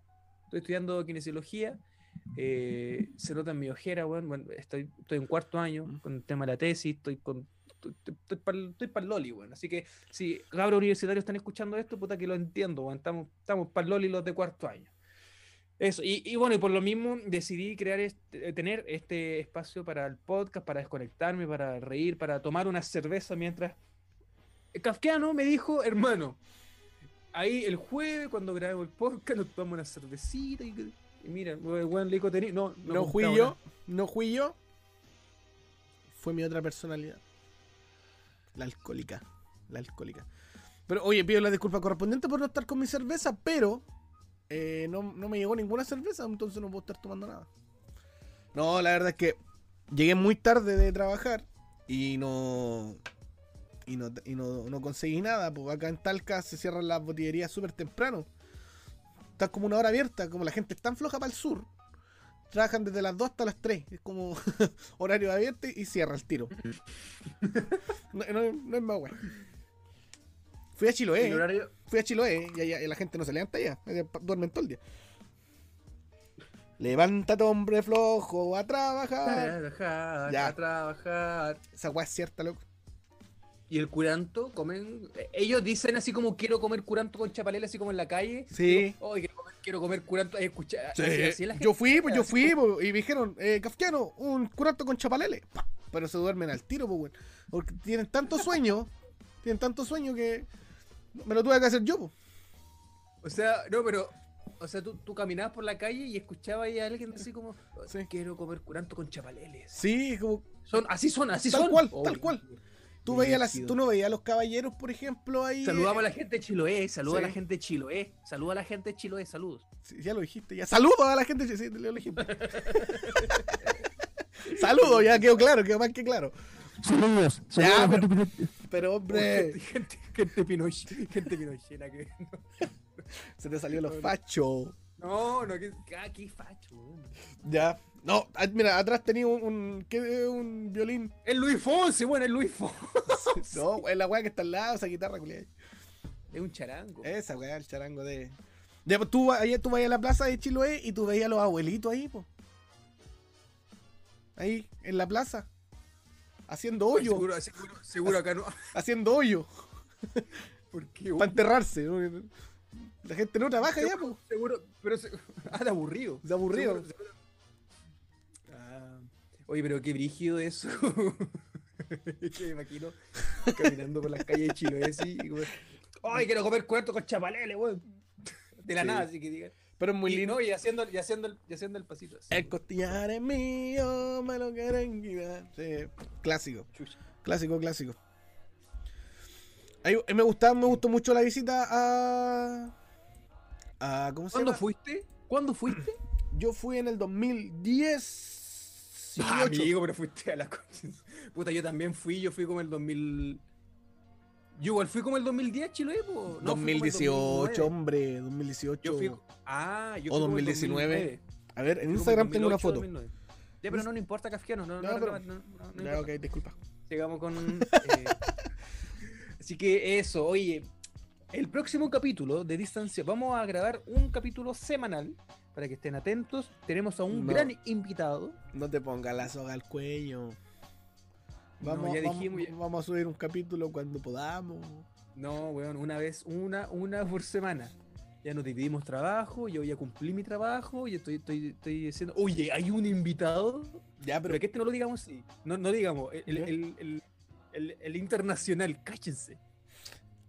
Speaker 5: Estoy estudiando kinesiología. eh, se nota en mi ojera, weón. Bueno, estoy, estoy en cuarto año con el tema de la tesis, estoy con. Estoy, para el Loli, weón. Así que si cabros universitarios están escuchando esto, puta que lo entiendo, weón. Estamos, estamos para el Loli los de cuarto año. Eso, y, y bueno, y por lo mismo decidí crear este- eh, tener este espacio para el podcast, para desconectarme, para reír, para tomar una cerveza mientras. Kafkiano me dijo, hermano, ahí el jueves cuando grabemos el podcast nos tomamos una cervecita y, y mira, el weón le dijo "Tení- No, no,
Speaker 4: no fui
Speaker 5: compraba
Speaker 4: yo,
Speaker 5: nada".
Speaker 4: no fui yo. Fue mi otra personalidad. La alcohólica. La alcohólica. Pero oye, pido la disculpa correspondiente por no estar con mi cerveza, pero eh, no, no me llegó ninguna cerveza, entonces no puedo estar tomando nada. No, la verdad es que llegué muy tarde de trabajar y no. Y no, y no, no conseguí nada, pues acá en Talca se cierran las botillerías súper temprano. Están como una hora abierta, como la gente es tan floja para el sur. Trabajan desde las 2 hasta las 3. Es como horario abierto y cierra el tiro. No, no- no es más bueno. Fui a Chiloé.
Speaker 6: El horario,
Speaker 4: Fui a Chiloé y, allá- y la gente no se levanta ya, eh, pa- duermen todo el día. Levántate, hombre flojo, a trabajar.
Speaker 6: trabajar,
Speaker 4: Ah. Ya.
Speaker 6: a trabajar.
Speaker 4: Esa weá es cierta, loco.
Speaker 5: Y el curanto, comen. eh, Ellos dicen así como quiero comer curanto con chapalela, así como en la calle.
Speaker 4: Sí.
Speaker 5: Oh, quiero, comer, quiero comer curanto. eh, Escucha,
Speaker 4: Sí.
Speaker 5: así- así es la gente.
Speaker 4: Yo fui, pues yo
Speaker 5: así
Speaker 4: fui, pues, y me dijeron, eh, Kafkiano, un curato con chapaleles. Pa, Pero se duermen al tiro, pues, weón. Porque tienen tanto sueño, tienen tanto sueño que me lo tuve que hacer yo, pues.
Speaker 5: O sea, no, pero. O sea, tú, tú caminabas por la calle y escuchabas ahí a alguien así como
Speaker 4: Sí.
Speaker 5: quiero comer curanto con chapaleles.
Speaker 4: Sí, como
Speaker 5: Son, así son, así
Speaker 4: Tal
Speaker 5: son.
Speaker 4: cual,
Speaker 5: Oh,
Speaker 4: tal cual. tú,
Speaker 5: qué
Speaker 4: veías las-
Speaker 5: divertido.
Speaker 4: tú no veías a los caballeros, por ejemplo, ahí. eh,
Speaker 5: Saludamos a la gente de Chiloé, saluda
Speaker 4: Sí.
Speaker 5: a la gente de Chiloé, saluda a la gente de Chiloé, saludos.
Speaker 4: Sí, ya lo dijiste, ya. Saludos a la gente. Sí, te leo el ejemplo. Saludos, ya quedó claro, quedó más que claro.
Speaker 5: Saludos,
Speaker 4: saludos a la gente Pero hombre,
Speaker 5: Gente, gente, gente Pinochet, gente Pinochera que.
Speaker 4: se te salió los fachos.
Speaker 5: No, no, que. Ah, qué facho, weón.
Speaker 4: Ya. No, ah, mira, atrás tenía un, un, ¿qué? un violín.
Speaker 5: El Luis Fonsi, bueno, el Luis Fonsi.
Speaker 4: No, es la weá que está al lado, esa guitarra, culiá.
Speaker 5: Es un charango.
Speaker 4: Esa weá, el charango de. Ya, pues tú, va- ayer tú vas a la plaza de Chiloé y tú veías a los abuelitos ahí, pues. Ahí, en la plaza. Haciendo hoyo,
Speaker 5: Seguro, seguro, seguro acá no.
Speaker 4: haciendo hoyo.
Speaker 5: ¿Por qué?
Speaker 4: Para enterrarse. ¿no? La gente no trabaja ya, pues.
Speaker 5: Seguro, seguro, pero se... ah, de aburrido.
Speaker 4: De aburrido.
Speaker 5: Seguro, seguro. Ah, oye, pero qué brígido eso. Es que me imagino caminando por las calles de Chiloé así. y como, Ay, quiero comer cuarto con chapaleles, weón. De la
Speaker 4: Sí.
Speaker 5: nada, así que digan.
Speaker 4: Pero es muy
Speaker 5: y,
Speaker 4: lindo. Eh,
Speaker 5: no, y haciendo, y haciendo, el, y haciendo el pasito. así.
Speaker 4: El costillar es mío, me lo quieren quitar. Sí, clásico,
Speaker 5: Chucha.
Speaker 4: clásico, clásico. Ahí, eh, me gustaba, me gustó mucho la visita a. a ¿Cómo se
Speaker 5: ¿Cuándo
Speaker 4: llama?
Speaker 5: fuiste? ¿Cuándo fuiste?
Speaker 4: Yo fui en el 2010.
Speaker 5: Ah, amigo, pero fuiste a las cosas. Puta, yo también fui, yo fui como el 2000. Yo igual fui como el 2010, Chiloé, po. No, fui como el
Speaker 4: 2018,
Speaker 5: 2009.
Speaker 4: hombre, 2018.
Speaker 5: Yo fui. Ah, yo
Speaker 4: O
Speaker 5: fui como el
Speaker 4: 2019.
Speaker 5: 2009.
Speaker 4: A ver, en
Speaker 5: Fui como
Speaker 4: Instagram tengo una
Speaker 5: 2008,
Speaker 4: foto.
Speaker 5: 2009. Ya, pero no, no importa, Kafkiano. No, no,
Speaker 4: No, pero-
Speaker 5: no, no, no, no
Speaker 4: Ya,
Speaker 5: importa.
Speaker 4: Ah, ok, disculpa.
Speaker 5: Llegamos con. eh, Así que eso, oye. El próximo capítulo de Distancia, vamos a grabar un capítulo semanal para que estén atentos. Tenemos a un
Speaker 4: No.
Speaker 5: gran invitado.
Speaker 4: No te pongas la soga al cuello. Vamos,
Speaker 5: ya
Speaker 4: vamos-
Speaker 5: dijimos, ya-
Speaker 4: vamos a subir un capítulo cuando podamos.
Speaker 5: No, weón, una vez, una, una por semana. Ya nos dividimos trabajo, yo ya cumplí mi trabajo y estoy, estoy, estoy diciendo, oye, hay un invitado.
Speaker 4: Ya,
Speaker 5: Pero que este no lo digamos sí. No, no digamos, el,
Speaker 4: ¿Ya?
Speaker 5: el- el- el- el internacional, cáchense.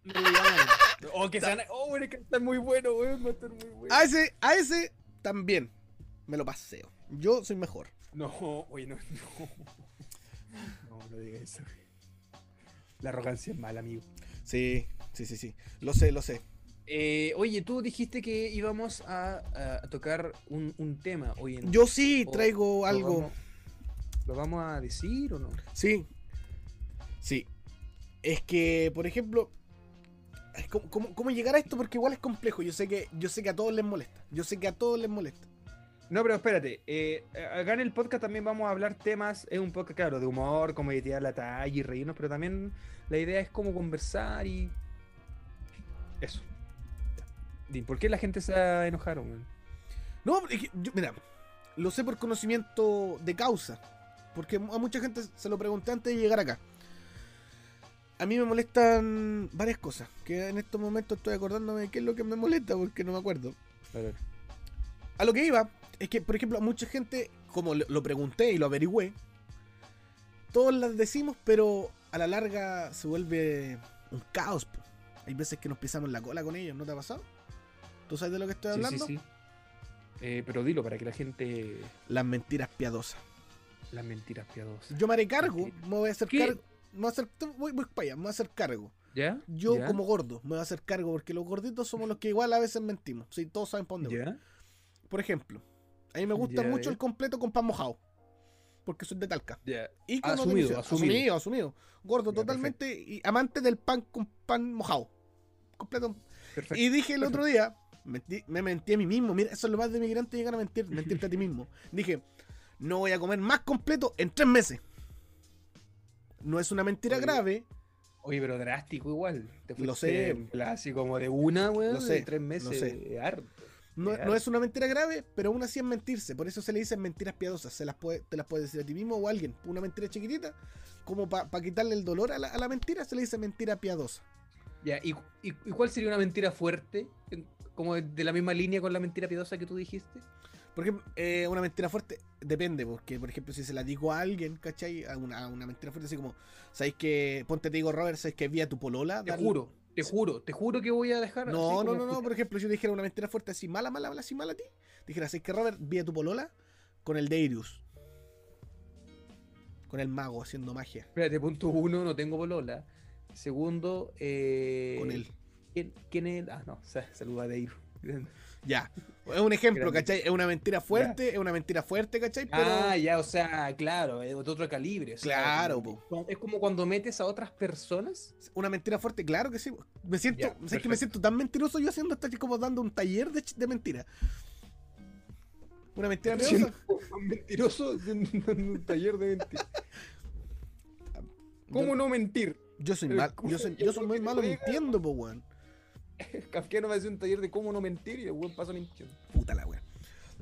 Speaker 4: No le llaman.
Speaker 5: O que sean, oh, bueno, es que está muy bueno, weón, va a estar muy bueno.
Speaker 4: A ese, a ese también me lo paseo. Yo soy mejor.
Speaker 5: No, oye, no, no. No, no digas eso. La arrogancia es mala, amigo.
Speaker 4: Sí, sí, sí, sí. Lo sé, lo sé.
Speaker 5: Eh, oye, tú dijiste que íbamos a, a tocar un, un tema hoy en
Speaker 4: Yo sí
Speaker 5: O-
Speaker 4: traigo
Speaker 5: ¿Lo
Speaker 4: algo.
Speaker 5: vamos- ¿Lo vamos a decir o no?
Speaker 4: Sí. Sí. Es que, por ejemplo, ay, ¿cómo, cómo, cómo llegar a esto? Porque igual es complejo. Yo sé que, yo sé que a todos les molesta. Yo sé que a todos les molesta.
Speaker 5: No, pero espérate. eh, acá en el podcast también vamos a hablar temas. Es un podcast, claro, de humor, como de tirar la talla y reírnos, pero también la idea es como conversar y. Eso. Di, ¿Por qué la gente se enojaron? weón?
Speaker 4: No, pero es que yo- mira, lo sé por conocimiento de causa. Porque mu- a mucha gente se lo pregunté antes de llegar acá. A mí me molestan varias cosas. Que en estos momentos estoy acordándome de qué es lo que me molesta porque no me acuerdo. A lo que iba, es que, por ejemplo, a mucha gente, como lo, lo pregunté y lo averigüé, todos las decimos, pero a la larga se vuelve un caos. po. Hay veces que nos pisamos la cola con ellos, ¿no te ha pasado? ¿Tú sabes de lo que estoy
Speaker 5: Sí,
Speaker 4: hablando?
Speaker 5: sí, sí. Eh, pero dilo para que la gente.
Speaker 4: Las mentiras piadosas.
Speaker 5: Las mentiras piadosas.
Speaker 4: Yo me haré cargo, me voy a hacer
Speaker 5: ¿Qué?
Speaker 4: cargo. Me voy, a hacer, voy, voy para allá, me voy a hacer cargo.
Speaker 5: ¿Ya?
Speaker 4: Yo,
Speaker 5: ¿Ya?
Speaker 4: como gordo, me voy a hacer cargo porque los gorditos somos los que igual a veces mentimos. Sí, todos saben por dónde voy.
Speaker 5: ¿Ya?
Speaker 4: Por ejemplo, a mí me gusta
Speaker 5: Ya,
Speaker 4: mucho
Speaker 5: ya.
Speaker 4: el completo con pan mojado. porque soy de Talca.
Speaker 5: Ya.
Speaker 4: Ícono de
Speaker 5: Asumido,
Speaker 4: misión.
Speaker 5: asumido.
Speaker 4: asumido, asumido. Gordo
Speaker 5: Ya,
Speaker 4: totalmente y amante del pan con pan mojado. Completo.
Speaker 5: Perfecto.
Speaker 4: Y dije el otro día, mentí- me mentí a mí mismo. Mira, eso es lo más de migrante llegar a mentir, mentirte a ti mismo. Dije, no voy a comer más completo en tres meses. No es una mentira
Speaker 5: Oye,
Speaker 4: grave,
Speaker 5: Oye, pero drástico igual. Te
Speaker 4: Lo
Speaker 5: fuiste
Speaker 4: sé.
Speaker 5: en plan Así como de una, weón.
Speaker 4: Lo sé,
Speaker 5: de tres
Speaker 4: lo
Speaker 5: meses. eh,
Speaker 4: sé.
Speaker 5: harto.
Speaker 4: no,
Speaker 5: ya.
Speaker 4: no es una mentira grave, pero aún así es mentirse. Por eso se le dicen mentiras piadosas. Se las puede, te las puedes decir a ti mismo o a alguien. Una mentira chiquitita, como para quitarle el dolor a la, a la mentira, se le dice mentira piadosa.
Speaker 5: Ya, ¿y, y, y cuál sería una mentira fuerte? En- Como de- de la misma línea con la mentira piadosa que tú dijiste.
Speaker 4: Porque eh, una mentira fuerte depende, porque por ejemplo, si se la digo a alguien, ¿cachai? A una, a una mentira fuerte, así como, ¿sabéis que, ponte te digo, Robert, ¿sabéis que vi a tu polola?
Speaker 5: Te
Speaker 4: darle-
Speaker 5: juro, te juro, te juro que voy a dejar. así
Speaker 4: No, no,
Speaker 5: como-
Speaker 4: no, no, por ejemplo, yo dijera una mentira fuerte así, mala, mala, mala, así mala a ti. Dijera, ¿sabéis que Robert vi a tu polola con el Deirius? Con el mago haciendo magia.
Speaker 5: Espérate, punto uno, no tengo polola. Segundo, eh,
Speaker 4: Con él.
Speaker 5: ¿quién, quién es? él? Ah, no, sa- saluda a Deiro.
Speaker 4: Ya. Es un ejemplo,
Speaker 5: Grande.
Speaker 4: ¿cachai? Es una mentira fuerte, es una mentira fuerte, ¿cachai? Pero.
Speaker 5: Ah, ya, o sea, claro, es de otro calibre. o sea,
Speaker 4: Claro,
Speaker 5: como- Es como cuando metes a otras personas.
Speaker 4: Una mentira fuerte, claro que sí. Me siento,
Speaker 5: Ya,
Speaker 4: sé que me
Speaker 5: perfecto.
Speaker 4: siento tan mentiroso yo haciendo hasta que como dando un taller de, ch- de mentiras. Una mentira
Speaker 5: Siendo
Speaker 4: mentirosa.
Speaker 5: un mentiroso en un taller de mentira. ¿Cómo
Speaker 4: yo,
Speaker 5: no mentir?
Speaker 4: Yo soy
Speaker 5: Pero
Speaker 4: mal,
Speaker 5: ¿cómo?
Speaker 4: yo soy, yo soy muy malo
Speaker 5: Oiga.
Speaker 4: mintiendo, po weón.
Speaker 5: Kafkiano me hace un taller de cómo no mentir y el weón pasa mintiendo.
Speaker 4: Puta la weón.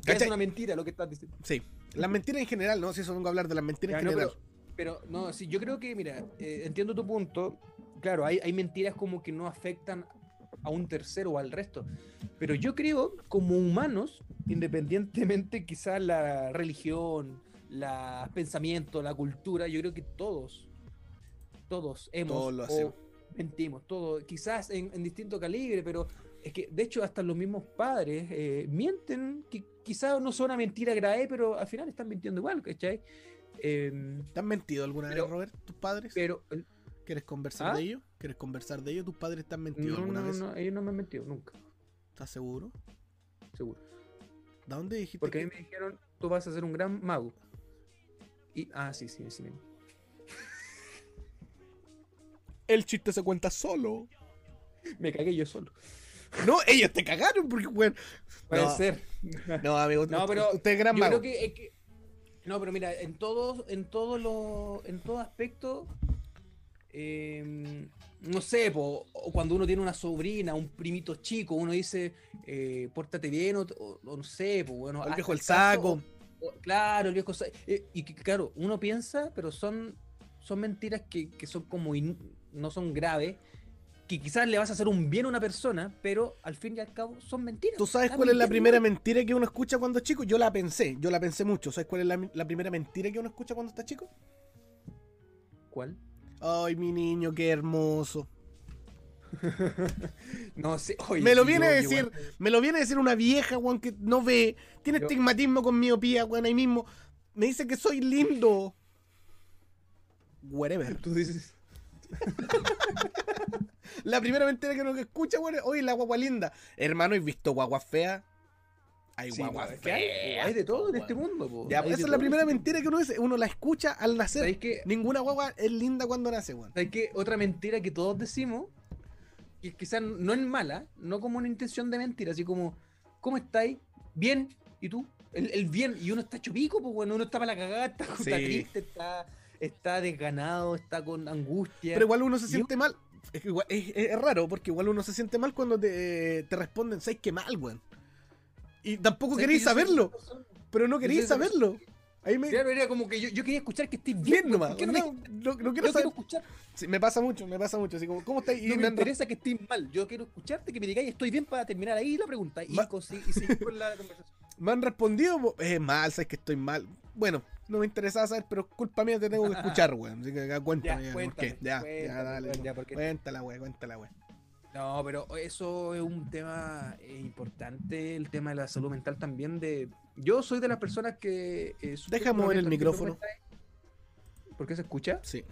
Speaker 5: ¿Qué es
Speaker 4: ¿Cachai?
Speaker 5: una mentira lo que estás diciendo?
Speaker 4: Sí. Las mentiras en general, ¿no? Si eso vengo a hablar de las mentiras
Speaker 5: Ya,
Speaker 4: en
Speaker 5: no,
Speaker 4: general.
Speaker 5: pero, pero, no, sí, yo creo que, mira, eh, entiendo tu punto. Claro, hay, hay mentiras como que no afectan a un tercero o al resto. Pero yo creo, como humanos, independientemente quizás la religión, los pensamientos, la cultura, yo creo que todos, todos hemos
Speaker 4: Todos lo
Speaker 5: o
Speaker 4: hacemos.
Speaker 5: mentimos, todos, quizás en, en distinto calibre, pero es que, de hecho, hasta los mismos padres eh, mienten, que quizás no son una mentira grave, pero al final están mintiendo igual, ¿cachai? Em,
Speaker 4: ¿Te han mentido alguna
Speaker 5: pero-
Speaker 4: vez, Robert? ¿Tus padres?
Speaker 5: pero eh,
Speaker 4: ¿Quieres conversar
Speaker 5: ¿Ah?
Speaker 4: de ello? ¿Quieres conversar de ello? ¿Tus padres te han mentido
Speaker 5: no,
Speaker 4: alguna
Speaker 5: no,
Speaker 4: vez?
Speaker 5: no, ellos no me han mentido, nunca,
Speaker 4: ¿Estás seguro?
Speaker 5: seguro.
Speaker 4: ¿De dónde dijiste
Speaker 5: Porque a
Speaker 4: que-
Speaker 5: mí me dijeron, tú vas a ser un gran mago. Y, ah, sí, sí, sí. mismo.
Speaker 4: El chiste se cuenta solo.
Speaker 5: Me cagué yo solo.
Speaker 4: No, ellos te cagaron porque, weón.
Speaker 5: Puede
Speaker 4: No.
Speaker 5: ser.
Speaker 4: No, amigo,
Speaker 5: No,
Speaker 4: no,
Speaker 5: pero
Speaker 4: usted es gran
Speaker 5: Yo
Speaker 4: mago.
Speaker 5: creo que, es que- No, pero mira, en todos, en todos los. En todo aspecto. eh, no sé, po, o cuando uno tiene una sobrina, un primito chico, uno dice, eh, pórtate bien, o, o- o no sé, po, bueno,
Speaker 4: O el
Speaker 5: hazte
Speaker 4: viejo el
Speaker 5: caso,
Speaker 4: saco.
Speaker 5: o- claro, el viejo saco. Eh, y que, claro, uno piensa, pero son, son mentiras que, que son como. in- no son graves, que quizás le vas a hacer un bien a una persona, pero al fin y al cabo son mentiras.
Speaker 4: ¿Tú sabes
Speaker 5: Está
Speaker 4: cuál es la
Speaker 5: mintiendo
Speaker 4: primera
Speaker 5: igual.
Speaker 4: mentira que uno escucha cuando es chico? Yo la pensé, yo la pensé mucho. ¿Sabes cuál es la, la primera mentira que uno escucha cuando está chico?
Speaker 5: ¿Cuál?
Speaker 4: Ay, mi niño, qué hermoso.
Speaker 5: No sé. oye,
Speaker 4: me lo
Speaker 5: sí,
Speaker 4: viene a
Speaker 5: yo- yo
Speaker 4: decir,
Speaker 5: igual-
Speaker 4: me lo viene a decir una vieja, weón, que no ve, tiene
Speaker 5: Yo-
Speaker 4: estigmatismo con miopía, weón, ahí mismo. Me dice que soy lindo. Whatever.
Speaker 5: Tú dices.
Speaker 4: La primera mentira que uno escucha, weón, es, oye, la guagua linda. Hermano, ¿has visto guagua fea? Hay
Speaker 5: sí,
Speaker 4: guagua
Speaker 5: no, es que
Speaker 4: fea.
Speaker 5: hay, hay de todo en este mundo, po.
Speaker 4: Ya,
Speaker 5: Hay de
Speaker 4: esa es
Speaker 5: todo
Speaker 4: la
Speaker 5: en
Speaker 4: primera
Speaker 5: este
Speaker 4: mentira que uno dice. Uno la escucha al
Speaker 5: mundo.
Speaker 4: nacer.
Speaker 5: ¿Sabéis qué?
Speaker 4: Ninguna guagua es linda cuando nace, weón.
Speaker 5: ¿Sabéis qué? Otra mentira que todos decimos, que quizás no es mala, no como una intención de mentira, así como, ¿cómo estáis? ¿Bien? ¿Y tú? El, el bien, y uno está chupico, pues bueno, uno está para la cagada, está, está
Speaker 4: Sí.
Speaker 5: triste, está, está desganado, está con angustia.
Speaker 4: Pero igual uno se
Speaker 5: Yo-
Speaker 4: siente mal. Es, que igual- es- es- es raro, porque igual uno se siente mal cuando te, te responden, ¿sabes qué mal, weón? Y tampoco
Speaker 5: ¿Sabéis que
Speaker 4: queréis
Speaker 5: yo soy esa
Speaker 4: saberlo,
Speaker 5: persona?
Speaker 4: pero no
Speaker 5: soy
Speaker 4: queréis
Speaker 5: esa persona.
Speaker 4: saberlo. Ahí me.
Speaker 5: Claro, era como que yo, yo quería escuchar que estés bien,
Speaker 4: Bien
Speaker 5: pues,
Speaker 4: nomás.
Speaker 5: ¿por qué no
Speaker 4: No, no-
Speaker 5: me-
Speaker 4: no quiero
Speaker 5: yo quiero
Speaker 4: saber.
Speaker 5: escuchar.
Speaker 4: Sí, me pasa mucho, me pasa mucho. Así como, ¿cómo estáis? Y
Speaker 5: No
Speaker 4: me
Speaker 5: me
Speaker 4: han re-
Speaker 5: interesa que estés mal. Yo quiero escucharte, que me digáis estoy bien para terminar ahí la pregunta y,
Speaker 4: Ma-
Speaker 5: consi- y seguir con la conversación.
Speaker 4: me han respondido, po, es mal, sabes que estoy mal. Bueno, no me interesaba saber, pero culpa mía te tengo que escuchar, weón. Así que ya, cuéntame, ya, ¿por qué?
Speaker 5: cuéntame,
Speaker 4: Ya, ya,
Speaker 5: cuéntame,
Speaker 4: dale.
Speaker 5: ya, porque-
Speaker 4: Cuéntala, weón, cuéntala, weón.
Speaker 5: No, pero eso es un tema eh, importante, el tema de la salud mental también. De... Yo soy de las personas que... eh, sufro
Speaker 4: Deja mover el
Speaker 5: probablemente
Speaker 4: micrófono.
Speaker 5: mental. ¿Por qué se escucha?
Speaker 4: Sí.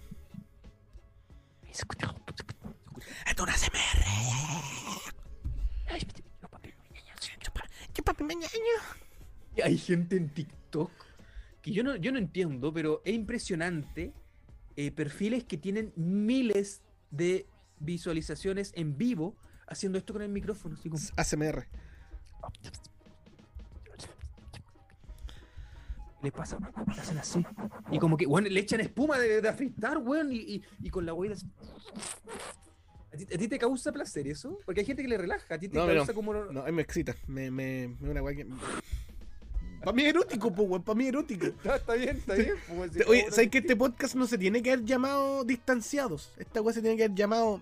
Speaker 5: Hay gente en TikTok que yo no, yo no entiendo, pero es impresionante. eh, perfiles que tienen miles de visualizaciones en vivo haciendo esto con el micrófono. así como-
Speaker 4: ACMR.
Speaker 5: les pasa, hacen así. Y como que, weón, le echan espuma de, de afeitar, weón, y, y- y con la huella así. ¿A ti, a ti te causa placer eso? Porque hay gente que le relaja, a ti te
Speaker 4: No,
Speaker 5: causa
Speaker 4: pero-
Speaker 5: como...
Speaker 4: No, ahí me excita. Me, me, me una weá que. Para mí es erótico, pues, weón. Para mí es erótico.
Speaker 5: Está, Ah, está bien, está bien. pues, si-
Speaker 4: Oye, ¿sabes que este podcast no se tiene que haber llamado distanciados? Esta weá se tiene que haber llamado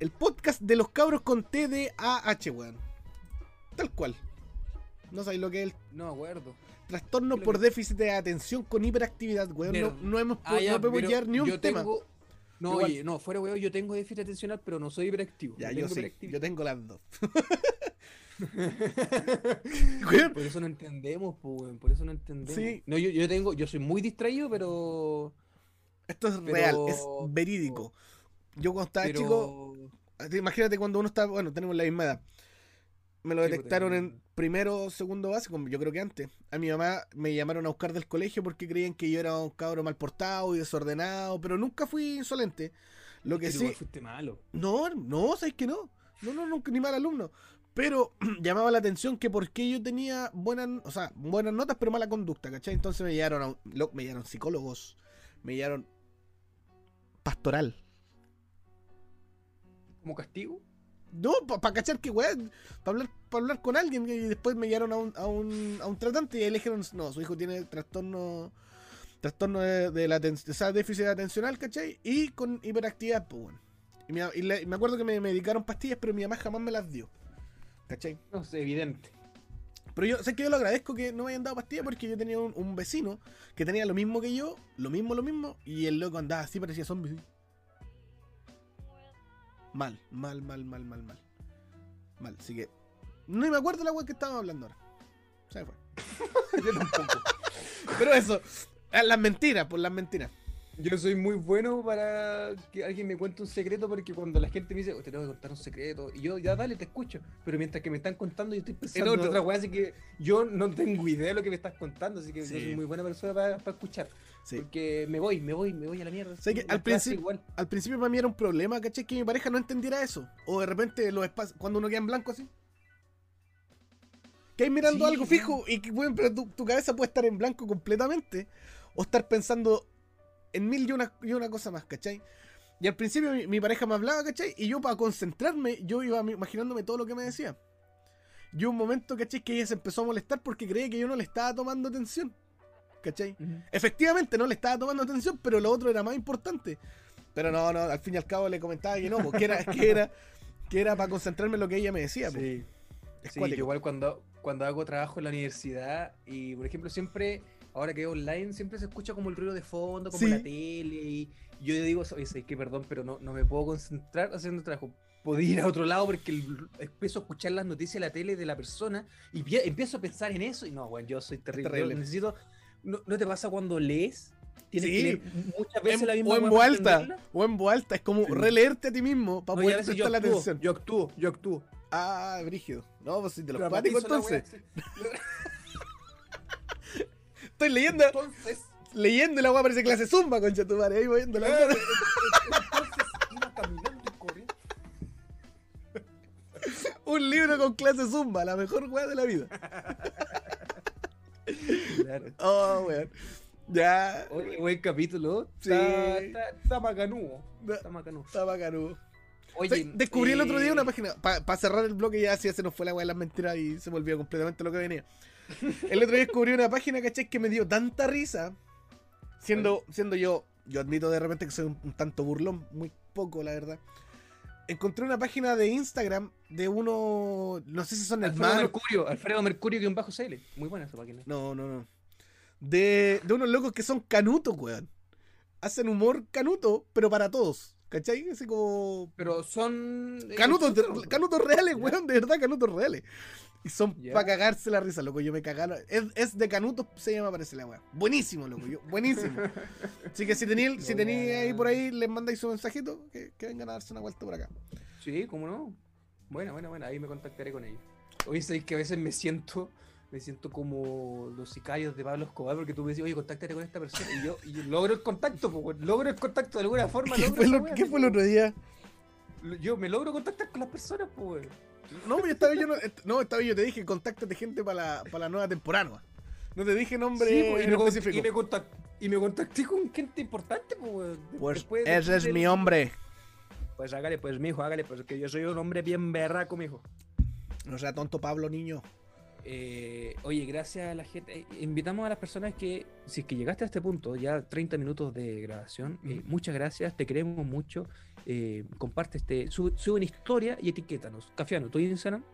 Speaker 4: el podcast de los cabros con TDAH, weón. Tal cual. No sabéis lo que es el
Speaker 5: No, acuerdo.
Speaker 4: trastorno
Speaker 5: Lo
Speaker 4: por
Speaker 5: que-
Speaker 4: déficit de atención con hiperactividad, weón. No,
Speaker 5: Pero-
Speaker 4: no hemos
Speaker 5: Ah, ya,
Speaker 4: no podemos
Speaker 5: pero
Speaker 4: llevar ni un
Speaker 5: yo
Speaker 4: tema.
Speaker 5: tengo- No,
Speaker 4: Igual.
Speaker 5: oye, no, fuera weón, yo tengo déficit atencional, pero no soy hiperactivo.
Speaker 4: Ya,
Speaker 5: no
Speaker 4: yo
Speaker 5: tengo
Speaker 4: sí,
Speaker 5: hiperactividad.
Speaker 4: yo tengo las dos. Weón,
Speaker 5: Por eso no entendemos, pues, weón, por eso no entendemos.
Speaker 4: Sí.
Speaker 5: No, yo, yo tengo, yo soy muy distraído, pero...
Speaker 4: Esto es
Speaker 5: Pero-
Speaker 4: real, es verídico. Yo cuando estaba
Speaker 5: pero...
Speaker 4: chico, te- imagínate cuando uno está, bueno, tenemos la misma edad. Me lo
Speaker 5: Sí, pues,
Speaker 4: detectaron
Speaker 5: tenemos la
Speaker 4: en primero o segundo básico, yo creo que antes. A mi mamá me llamaron a buscar del colegio porque creían que yo era un cabro mal portado y desordenado, pero nunca fui insolente. Lo que
Speaker 5: Pero
Speaker 4: sí,
Speaker 5: igual fuiste malo.
Speaker 4: No, no, sabes que no. No, no, nunca, ni mal alumno. Pero llamaba la atención que por qué yo tenía buenas, o sea, buenas notas, pero mala conducta, ¿cachai? Entonces me llevaron a un- lo- me llevaron psicólogos, me llevaron pastoral.
Speaker 5: ¿Como castigo?
Speaker 4: No, para cachar que weá, para hablar, pa hablar con alguien, y después me llevaron a un, a un, a un tratante y ahí le dijeron, no, su hijo tiene trastorno, trastorno de, de la atención, o sea, déficit atencional, ¿cachai? Y con hiperactividad, pues bueno. Y mi- y le- y me acuerdo que me medicaron pastillas, pero mi mamá jamás me las dio. ¿Cachai?
Speaker 5: No sé, evidente.
Speaker 4: Pero yo sé que yo lo agradezco que no me hayan dado pastillas porque yo tenía un, un vecino que tenía lo mismo que yo, lo mismo, lo mismo, y el loco andaba así, parecía zombie. así. Mal, mal, mal, mal, mal, mal. Mal, así que. No me acuerdo la web que estábamos hablando ahora. Se me fue.
Speaker 5: Yo tampoco.
Speaker 4: Pero eso, eh, las mentiras, por las mentiras.
Speaker 5: Yo soy muy bueno para que alguien me cuente un secreto porque cuando la gente me dice, "Oh, te tengo que contar un secreto, y yo ya dale, te escucho. Pero mientras que me están contando, yo estoy pensando en
Speaker 4: otro.
Speaker 5: otra weá, así que yo no tengo idea de lo que me estás contando, así que yo
Speaker 4: Sí.
Speaker 5: soy muy buena persona para, para escuchar.
Speaker 4: Sí.
Speaker 5: Porque me voy, me voy, me voy a la mierda.
Speaker 4: Sé que
Speaker 5: La
Speaker 4: al
Speaker 5: clase
Speaker 4: principio-
Speaker 5: igual.
Speaker 4: Al principio para mí era un problema, ¿cachai? Que mi pareja no entendiera eso. O de repente los espacios, cuando uno queda en blanco así. Que hay mirando
Speaker 5: Sí,
Speaker 4: algo
Speaker 5: claro.
Speaker 4: fijo y que, bueno, pero tu, tu cabeza puede estar en blanco completamente. O estar pensando en mil y una, y una cosa más, ¿cachai? Y al principio mi, mi pareja me hablaba, ¿cachai? Y yo para concentrarme, yo iba mi- imaginándome todo lo que me decía. Y hubo un momento, ¿cachai? Que ella se empezó a molestar porque creía que yo no le estaba tomando atención. ¿Cachai?
Speaker 5: Ujú.
Speaker 4: Efectivamente, no le estaba tomando atención, pero lo otro era más importante. Pero no, no, al fin y al cabo le comentaba que no, porque era, que era, que era para concentrarme en lo que ella me decía. po.
Speaker 5: Sí.
Speaker 4: Es
Speaker 5: Sí, yo
Speaker 4: cuático.
Speaker 5: igual cuando, cuando hago trabajo en la universidad y, por ejemplo, siempre, ahora que veo online, siempre se escucha como el ruido de fondo, como
Speaker 4: Sí.
Speaker 5: la tele. Y yo digo, oye, sé que perdón, pero no, no me puedo concentrar haciendo trabajo. Podía ir a otro lado porque el- empiezo a escuchar las noticias de la tele de la persona y pie- empiezo a pensar en eso. Y no, bueno, yo soy terrible. yo
Speaker 4: terrible.
Speaker 5: necesito. ¿no, no te pasa cuando lees? Tienes que
Speaker 4: Sí.
Speaker 5: leer muchas veces
Speaker 4: En-
Speaker 5: la misma
Speaker 4: o en
Speaker 5: hueá
Speaker 4: voz
Speaker 5: para
Speaker 4: alta,
Speaker 5: entenderla.
Speaker 4: o en voz alta, es como
Speaker 5: Sí.
Speaker 4: releerte a ti mismo para
Speaker 5: No, y a
Speaker 4: poder
Speaker 5: veces yo
Speaker 4: prestar pues, la
Speaker 5: actúo,
Speaker 4: atención.
Speaker 5: yo actúo, yo actúo.
Speaker 4: Ah, brígido. No, pues si te lo
Speaker 5: Dramatizo
Speaker 4: cuático
Speaker 5: la hueá,
Speaker 4: entonces.
Speaker 5: sí.
Speaker 4: Estoy leyendo,
Speaker 5: Entonces,
Speaker 4: leyendo y la weá parece clase zumba, concha tu madre, ahí voy viendo la
Speaker 5: claro,
Speaker 4: cara.
Speaker 5: entonces iba caminando y corriendo.
Speaker 4: Un libro con clase zumba, la mejor weá de la vida. Oh, weón. Ya.
Speaker 5: Oye, buen capítulo.
Speaker 4: Sí.
Speaker 5: Está, está, está macanudo.
Speaker 4: No,
Speaker 5: Está macanudo.
Speaker 4: Está bacanudo.
Speaker 5: Oye,
Speaker 4: Sí, descubrí el otro día una
Speaker 5: eh,
Speaker 4: página. Para cerrar el bloque, ya sí, ya se nos fue la weá de las mentiras y se me olvidó completamente lo que venía. El otro día descubrí una página, ¿cachai? Que me dio tanta risa. Siendo, siendo yo, yo admito de repente que soy un, un tanto burlón, muy poco, la verdad. Encontré una página de Instagram de uno. No sé si son
Speaker 5: Alfredo
Speaker 4: hermanos.
Speaker 5: Mercurio, Alfredo Mercurio que un bajo CL. Muy buena esa página.
Speaker 4: No, no, no. De, de unos locos que son canutos, weón. Hacen humor canuto, pero para todos. ¿Cachai? Así como.
Speaker 5: Pero son. eh,
Speaker 4: Canutos,
Speaker 5: son-
Speaker 4: de- canutos reales,
Speaker 5: Ya.
Speaker 4: weón, de verdad, canutos reales. Y son
Speaker 5: Ya.
Speaker 4: para cagarse la risa, loco. Yo me cagaron. Es, es de canutos, se llama, parece la weá. Buenísimo, loco. Yo, buenísimo. Así que si tenéis si tení ahí por ahí, les mandáis su mensajito, que, que vengan a darse una vuelta por acá.
Speaker 5: Sí, cómo no. Buena, buena, buena. Ahí me contactaré con ellos. Oye, sabéis que a veces me siento me siento como los sicarios de Pablo Escobar, porque tú me decís, oye, contáctate con esta persona, y yo, y yo logro el contacto, po, weón, logro el contacto de alguna forma.
Speaker 4: ¿Qué
Speaker 5: logro
Speaker 4: fue,
Speaker 5: esa
Speaker 4: lo,
Speaker 5: weá,
Speaker 4: qué
Speaker 5: así
Speaker 4: fue el
Speaker 5: como-
Speaker 4: otro día?
Speaker 5: Yo me logro contactar con las personas, pues.
Speaker 4: No, pero esta vez yo no, est- no, esta vez yo te dije, contáctate gente para la, para la nueva temporada. weón. No te dije nombre
Speaker 5: y,
Speaker 4: en
Speaker 5: me, con-
Speaker 4: específico.
Speaker 5: y me contact- y me contacté con gente importante, pues.
Speaker 4: hombre.
Speaker 5: Pues hágale, pues, mijo, hágale, pues, que yo soy un hombre bien berraco, mijo.
Speaker 4: No sea tonto Pablo, niño.
Speaker 5: Eh, oye, gracias a la gente. eh, invitamos a las personas que, si es que llegaste a este punto, ya 30 minutos de grabación, eh,
Speaker 4: Ujú.
Speaker 5: muchas gracias, te queremos mucho. eh, comparte este, sube, sube una historia y etiquétanos. Cafiano, tú en Instagram.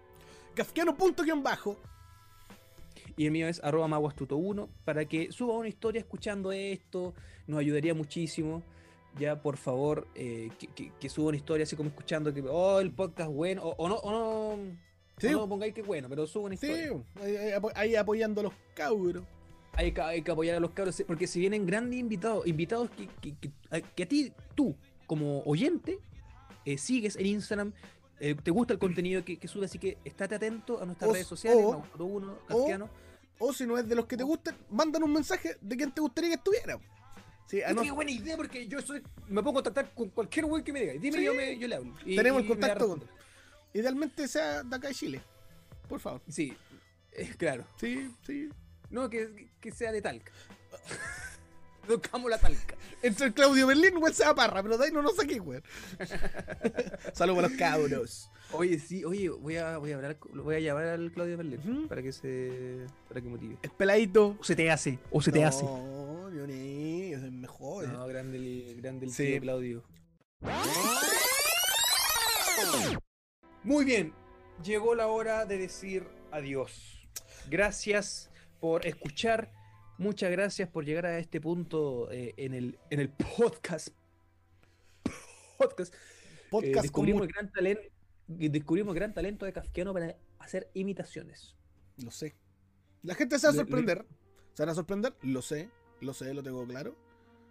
Speaker 4: Kafkiano punto guión bajo.
Speaker 5: Y el mío es arroba maguastuto1 para que suba una historia escuchando esto. Nos ayudaría muchísimo. Ya, por favor, eh, que, que- que suba una historia así como escuchando que, oh, el podcast bueno. O, o no, o no,
Speaker 4: Sí.
Speaker 5: o no pongáis que bueno, pero suba una
Speaker 4: Sí,
Speaker 5: historia.
Speaker 4: ahí, ahí apo- ahí apoyando a los cabros.
Speaker 5: Hay que, hay que apoyar a los cabros, porque si vienen grandes invitados, invitados que, que- que- a- que a ti, tú, como oyente, eh, sigues en Instagram, eh, te gusta el contenido que, que sube, así que estate atento a nuestras
Speaker 4: O-
Speaker 5: redes sociales,
Speaker 4: o-
Speaker 5: Mauro1,
Speaker 4: o- O si no es de los que te gustan, mandan un mensaje de quien te gustaría que estuviera. Sí, a
Speaker 5: Yo
Speaker 4: nos-
Speaker 5: tengo buena idea porque yo soy, me puedo contactar con cualquier güey que me diga. Dime,
Speaker 4: Sí.
Speaker 5: yo, me, yo le hablo. Y-
Speaker 4: Tenemos el
Speaker 5: y me va a
Speaker 4: contacto con-
Speaker 5: responder.
Speaker 4: idealmente sea de acá de Chile. Por favor.
Speaker 5: Sí, eh, claro.
Speaker 4: Sí, sí.
Speaker 5: No, que, que sea de Talca. Tocamos la Talca.
Speaker 4: Entre el Claudio Berlín, weón, se va parra, pero de ahí no nos saqué, weón. Saludos a los cabros.
Speaker 5: Oye, sí, oye, voy a, voy a hablar, con- voy a llamar al Claudio Berlín
Speaker 4: Ujú.
Speaker 5: para que se, para que motive.
Speaker 4: El peladito.
Speaker 5: O se te hace, o se
Speaker 4: no, yo ni- es mejor. eh.
Speaker 5: No, grande el, grande el
Speaker 4: Sí.
Speaker 5: tío Claudio. Muy bien, llegó la hora de decir adiós. Gracias por escuchar, muchas gracias por llegar a este punto eh, en, el, en el podcast. Podcast. Eh,
Speaker 4: Podcast
Speaker 5: descubrimos,
Speaker 4: común.
Speaker 5: el gran talento, descubrimos el gran talento de Kafkiano para hacer imitaciones.
Speaker 4: Lo sé. La gente se va a
Speaker 5: Le- le-
Speaker 4: sorprender. Se van a sorprender, lo sé. Lo sé, lo tengo claro.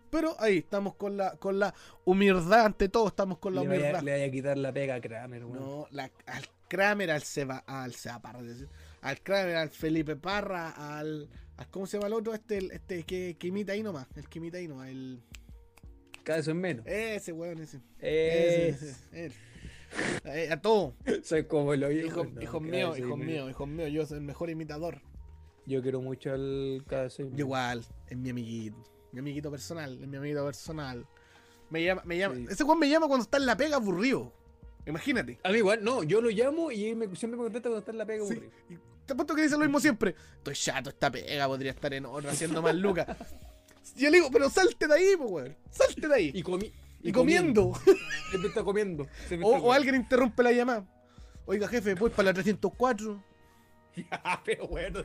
Speaker 4: Pero ahí estamos con la, con la humildad ante todo, estamos con la
Speaker 5: le, vaya,
Speaker 4: humildad.
Speaker 5: le vaya a quitar la pega a Kramer. weón.
Speaker 4: No, la- al Kramer, al Seba, al Seba Parra, es decir, al Kramer, al Felipe Parra, al, al- ¿cómo se llama el otro? Este, el- este que, que imita ahí nomás, el que imita ahí nomás, el
Speaker 5: Cada vez son menos. Eh,
Speaker 4: ese weón, ese, ese,
Speaker 5: Es-
Speaker 4: ese, él. A, eh, a todo,
Speaker 5: Soy como lo
Speaker 4: hijo, hijo mío, hijo mío, hijo mío, yo soy el mejor imitador.
Speaker 5: Yo quiero mucho al cabeza.
Speaker 4: Yo igual, es mi amiguito, mi amiguito personal, es mi amiguito personal. Me llama, me llama,
Speaker 5: Sí.
Speaker 4: ese weón me llama cuando está en la pega aburrido. Imagínate.
Speaker 5: A mí igual, no, yo lo llamo y él me, siempre me contesta cuando está en la pega.
Speaker 4: Sí.
Speaker 5: aburrido.
Speaker 4: Y Te apuesto que dice lo mismo siempre. Estoy chato, esta pega podría estar en otra haciendo más lucas. Yo le digo, pero salte de ahí, po, weón. Salte de ahí.
Speaker 5: Y, comi
Speaker 4: Y, comiendo.
Speaker 5: Siempre está comiendo. siempre
Speaker 4: O,
Speaker 5: está
Speaker 4: o alguien interrumpe la llamada. Oiga, jefe, voy para la 304.
Speaker 5: comiendo. Pero bueno,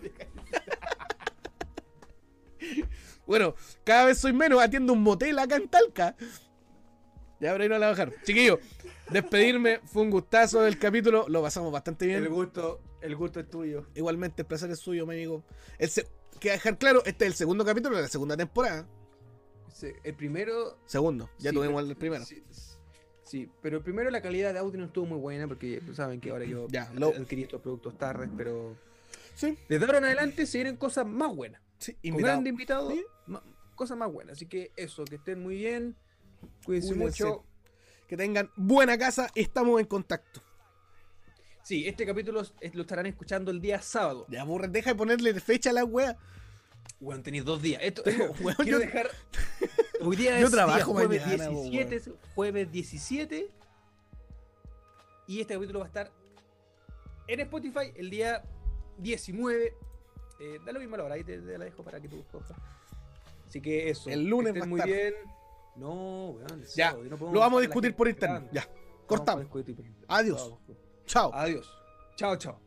Speaker 4: Bueno, cada vez soy menos. Atiendo un motel acá en Talca. Ya habrá ido a la bajar. Chiquillo, despedirme. Fue un gustazo del capítulo. Lo pasamos bastante bien.
Speaker 5: el gusto, el gusto es tuyo.
Speaker 4: Igualmente, el placer es suyo, mi amigo. El se- que dejar claro, este es el segundo capítulo de la segunda temporada.
Speaker 5: Sí, El primero.
Speaker 4: Segundo. Ya
Speaker 5: sí,
Speaker 4: tuvimos
Speaker 5: pero-
Speaker 4: el primero.
Speaker 5: Sí, sí, pero primero la calidad de audio no estuvo muy buena porque saben que ahora yo
Speaker 4: Ya, lo-
Speaker 5: adquirí estos productos tarde, pero
Speaker 4: Sí.
Speaker 5: desde ahora en adelante se vienen cosas más buenas.
Speaker 4: Sí,
Speaker 5: con
Speaker 4: invitado.
Speaker 5: grande invitado,
Speaker 4: Sí.
Speaker 5: ma- cosas más buenas. Así que eso, que estén muy bien. Cuídense
Speaker 4: Cuídense.
Speaker 5: mucho.
Speaker 4: Que tengan buena casa. Estamos en contacto.
Speaker 5: Sí, este capítulo es- lo estarán escuchando el día sábado.
Speaker 4: Ya, burra, deja de ponerle de fecha a la wea.
Speaker 5: Bueno, tenéis dos días. Esto,
Speaker 4: weón, yo-
Speaker 5: quiero dejar. Hoy día
Speaker 4: yo
Speaker 5: es
Speaker 4: trabajo
Speaker 5: día jueves
Speaker 4: mañana, po,
Speaker 5: 17. Jueves 17. Y este capítulo va a estar en Spotify el día 19. Eh, da lo mismo a la hora, ahí te, te la dejo para que tú cojas. Así que eso.
Speaker 4: El lunes
Speaker 5: que
Speaker 4: va a
Speaker 5: estén muy
Speaker 4: estar.
Speaker 5: bien. No, weón. el
Speaker 4: Ya,
Speaker 5: sábado, yo no puedo
Speaker 4: Lo vamos
Speaker 5: dejar
Speaker 4: a
Speaker 5: la
Speaker 4: discutir
Speaker 5: gente
Speaker 4: por
Speaker 5: esperando.
Speaker 4: internet. Ya,
Speaker 5: Lo vamos a Ah,
Speaker 4: cortamos.
Speaker 5: discutir por internet.
Speaker 4: Adiós.
Speaker 5: Vamos.
Speaker 4: Chao.
Speaker 5: Adiós. Chao, chao.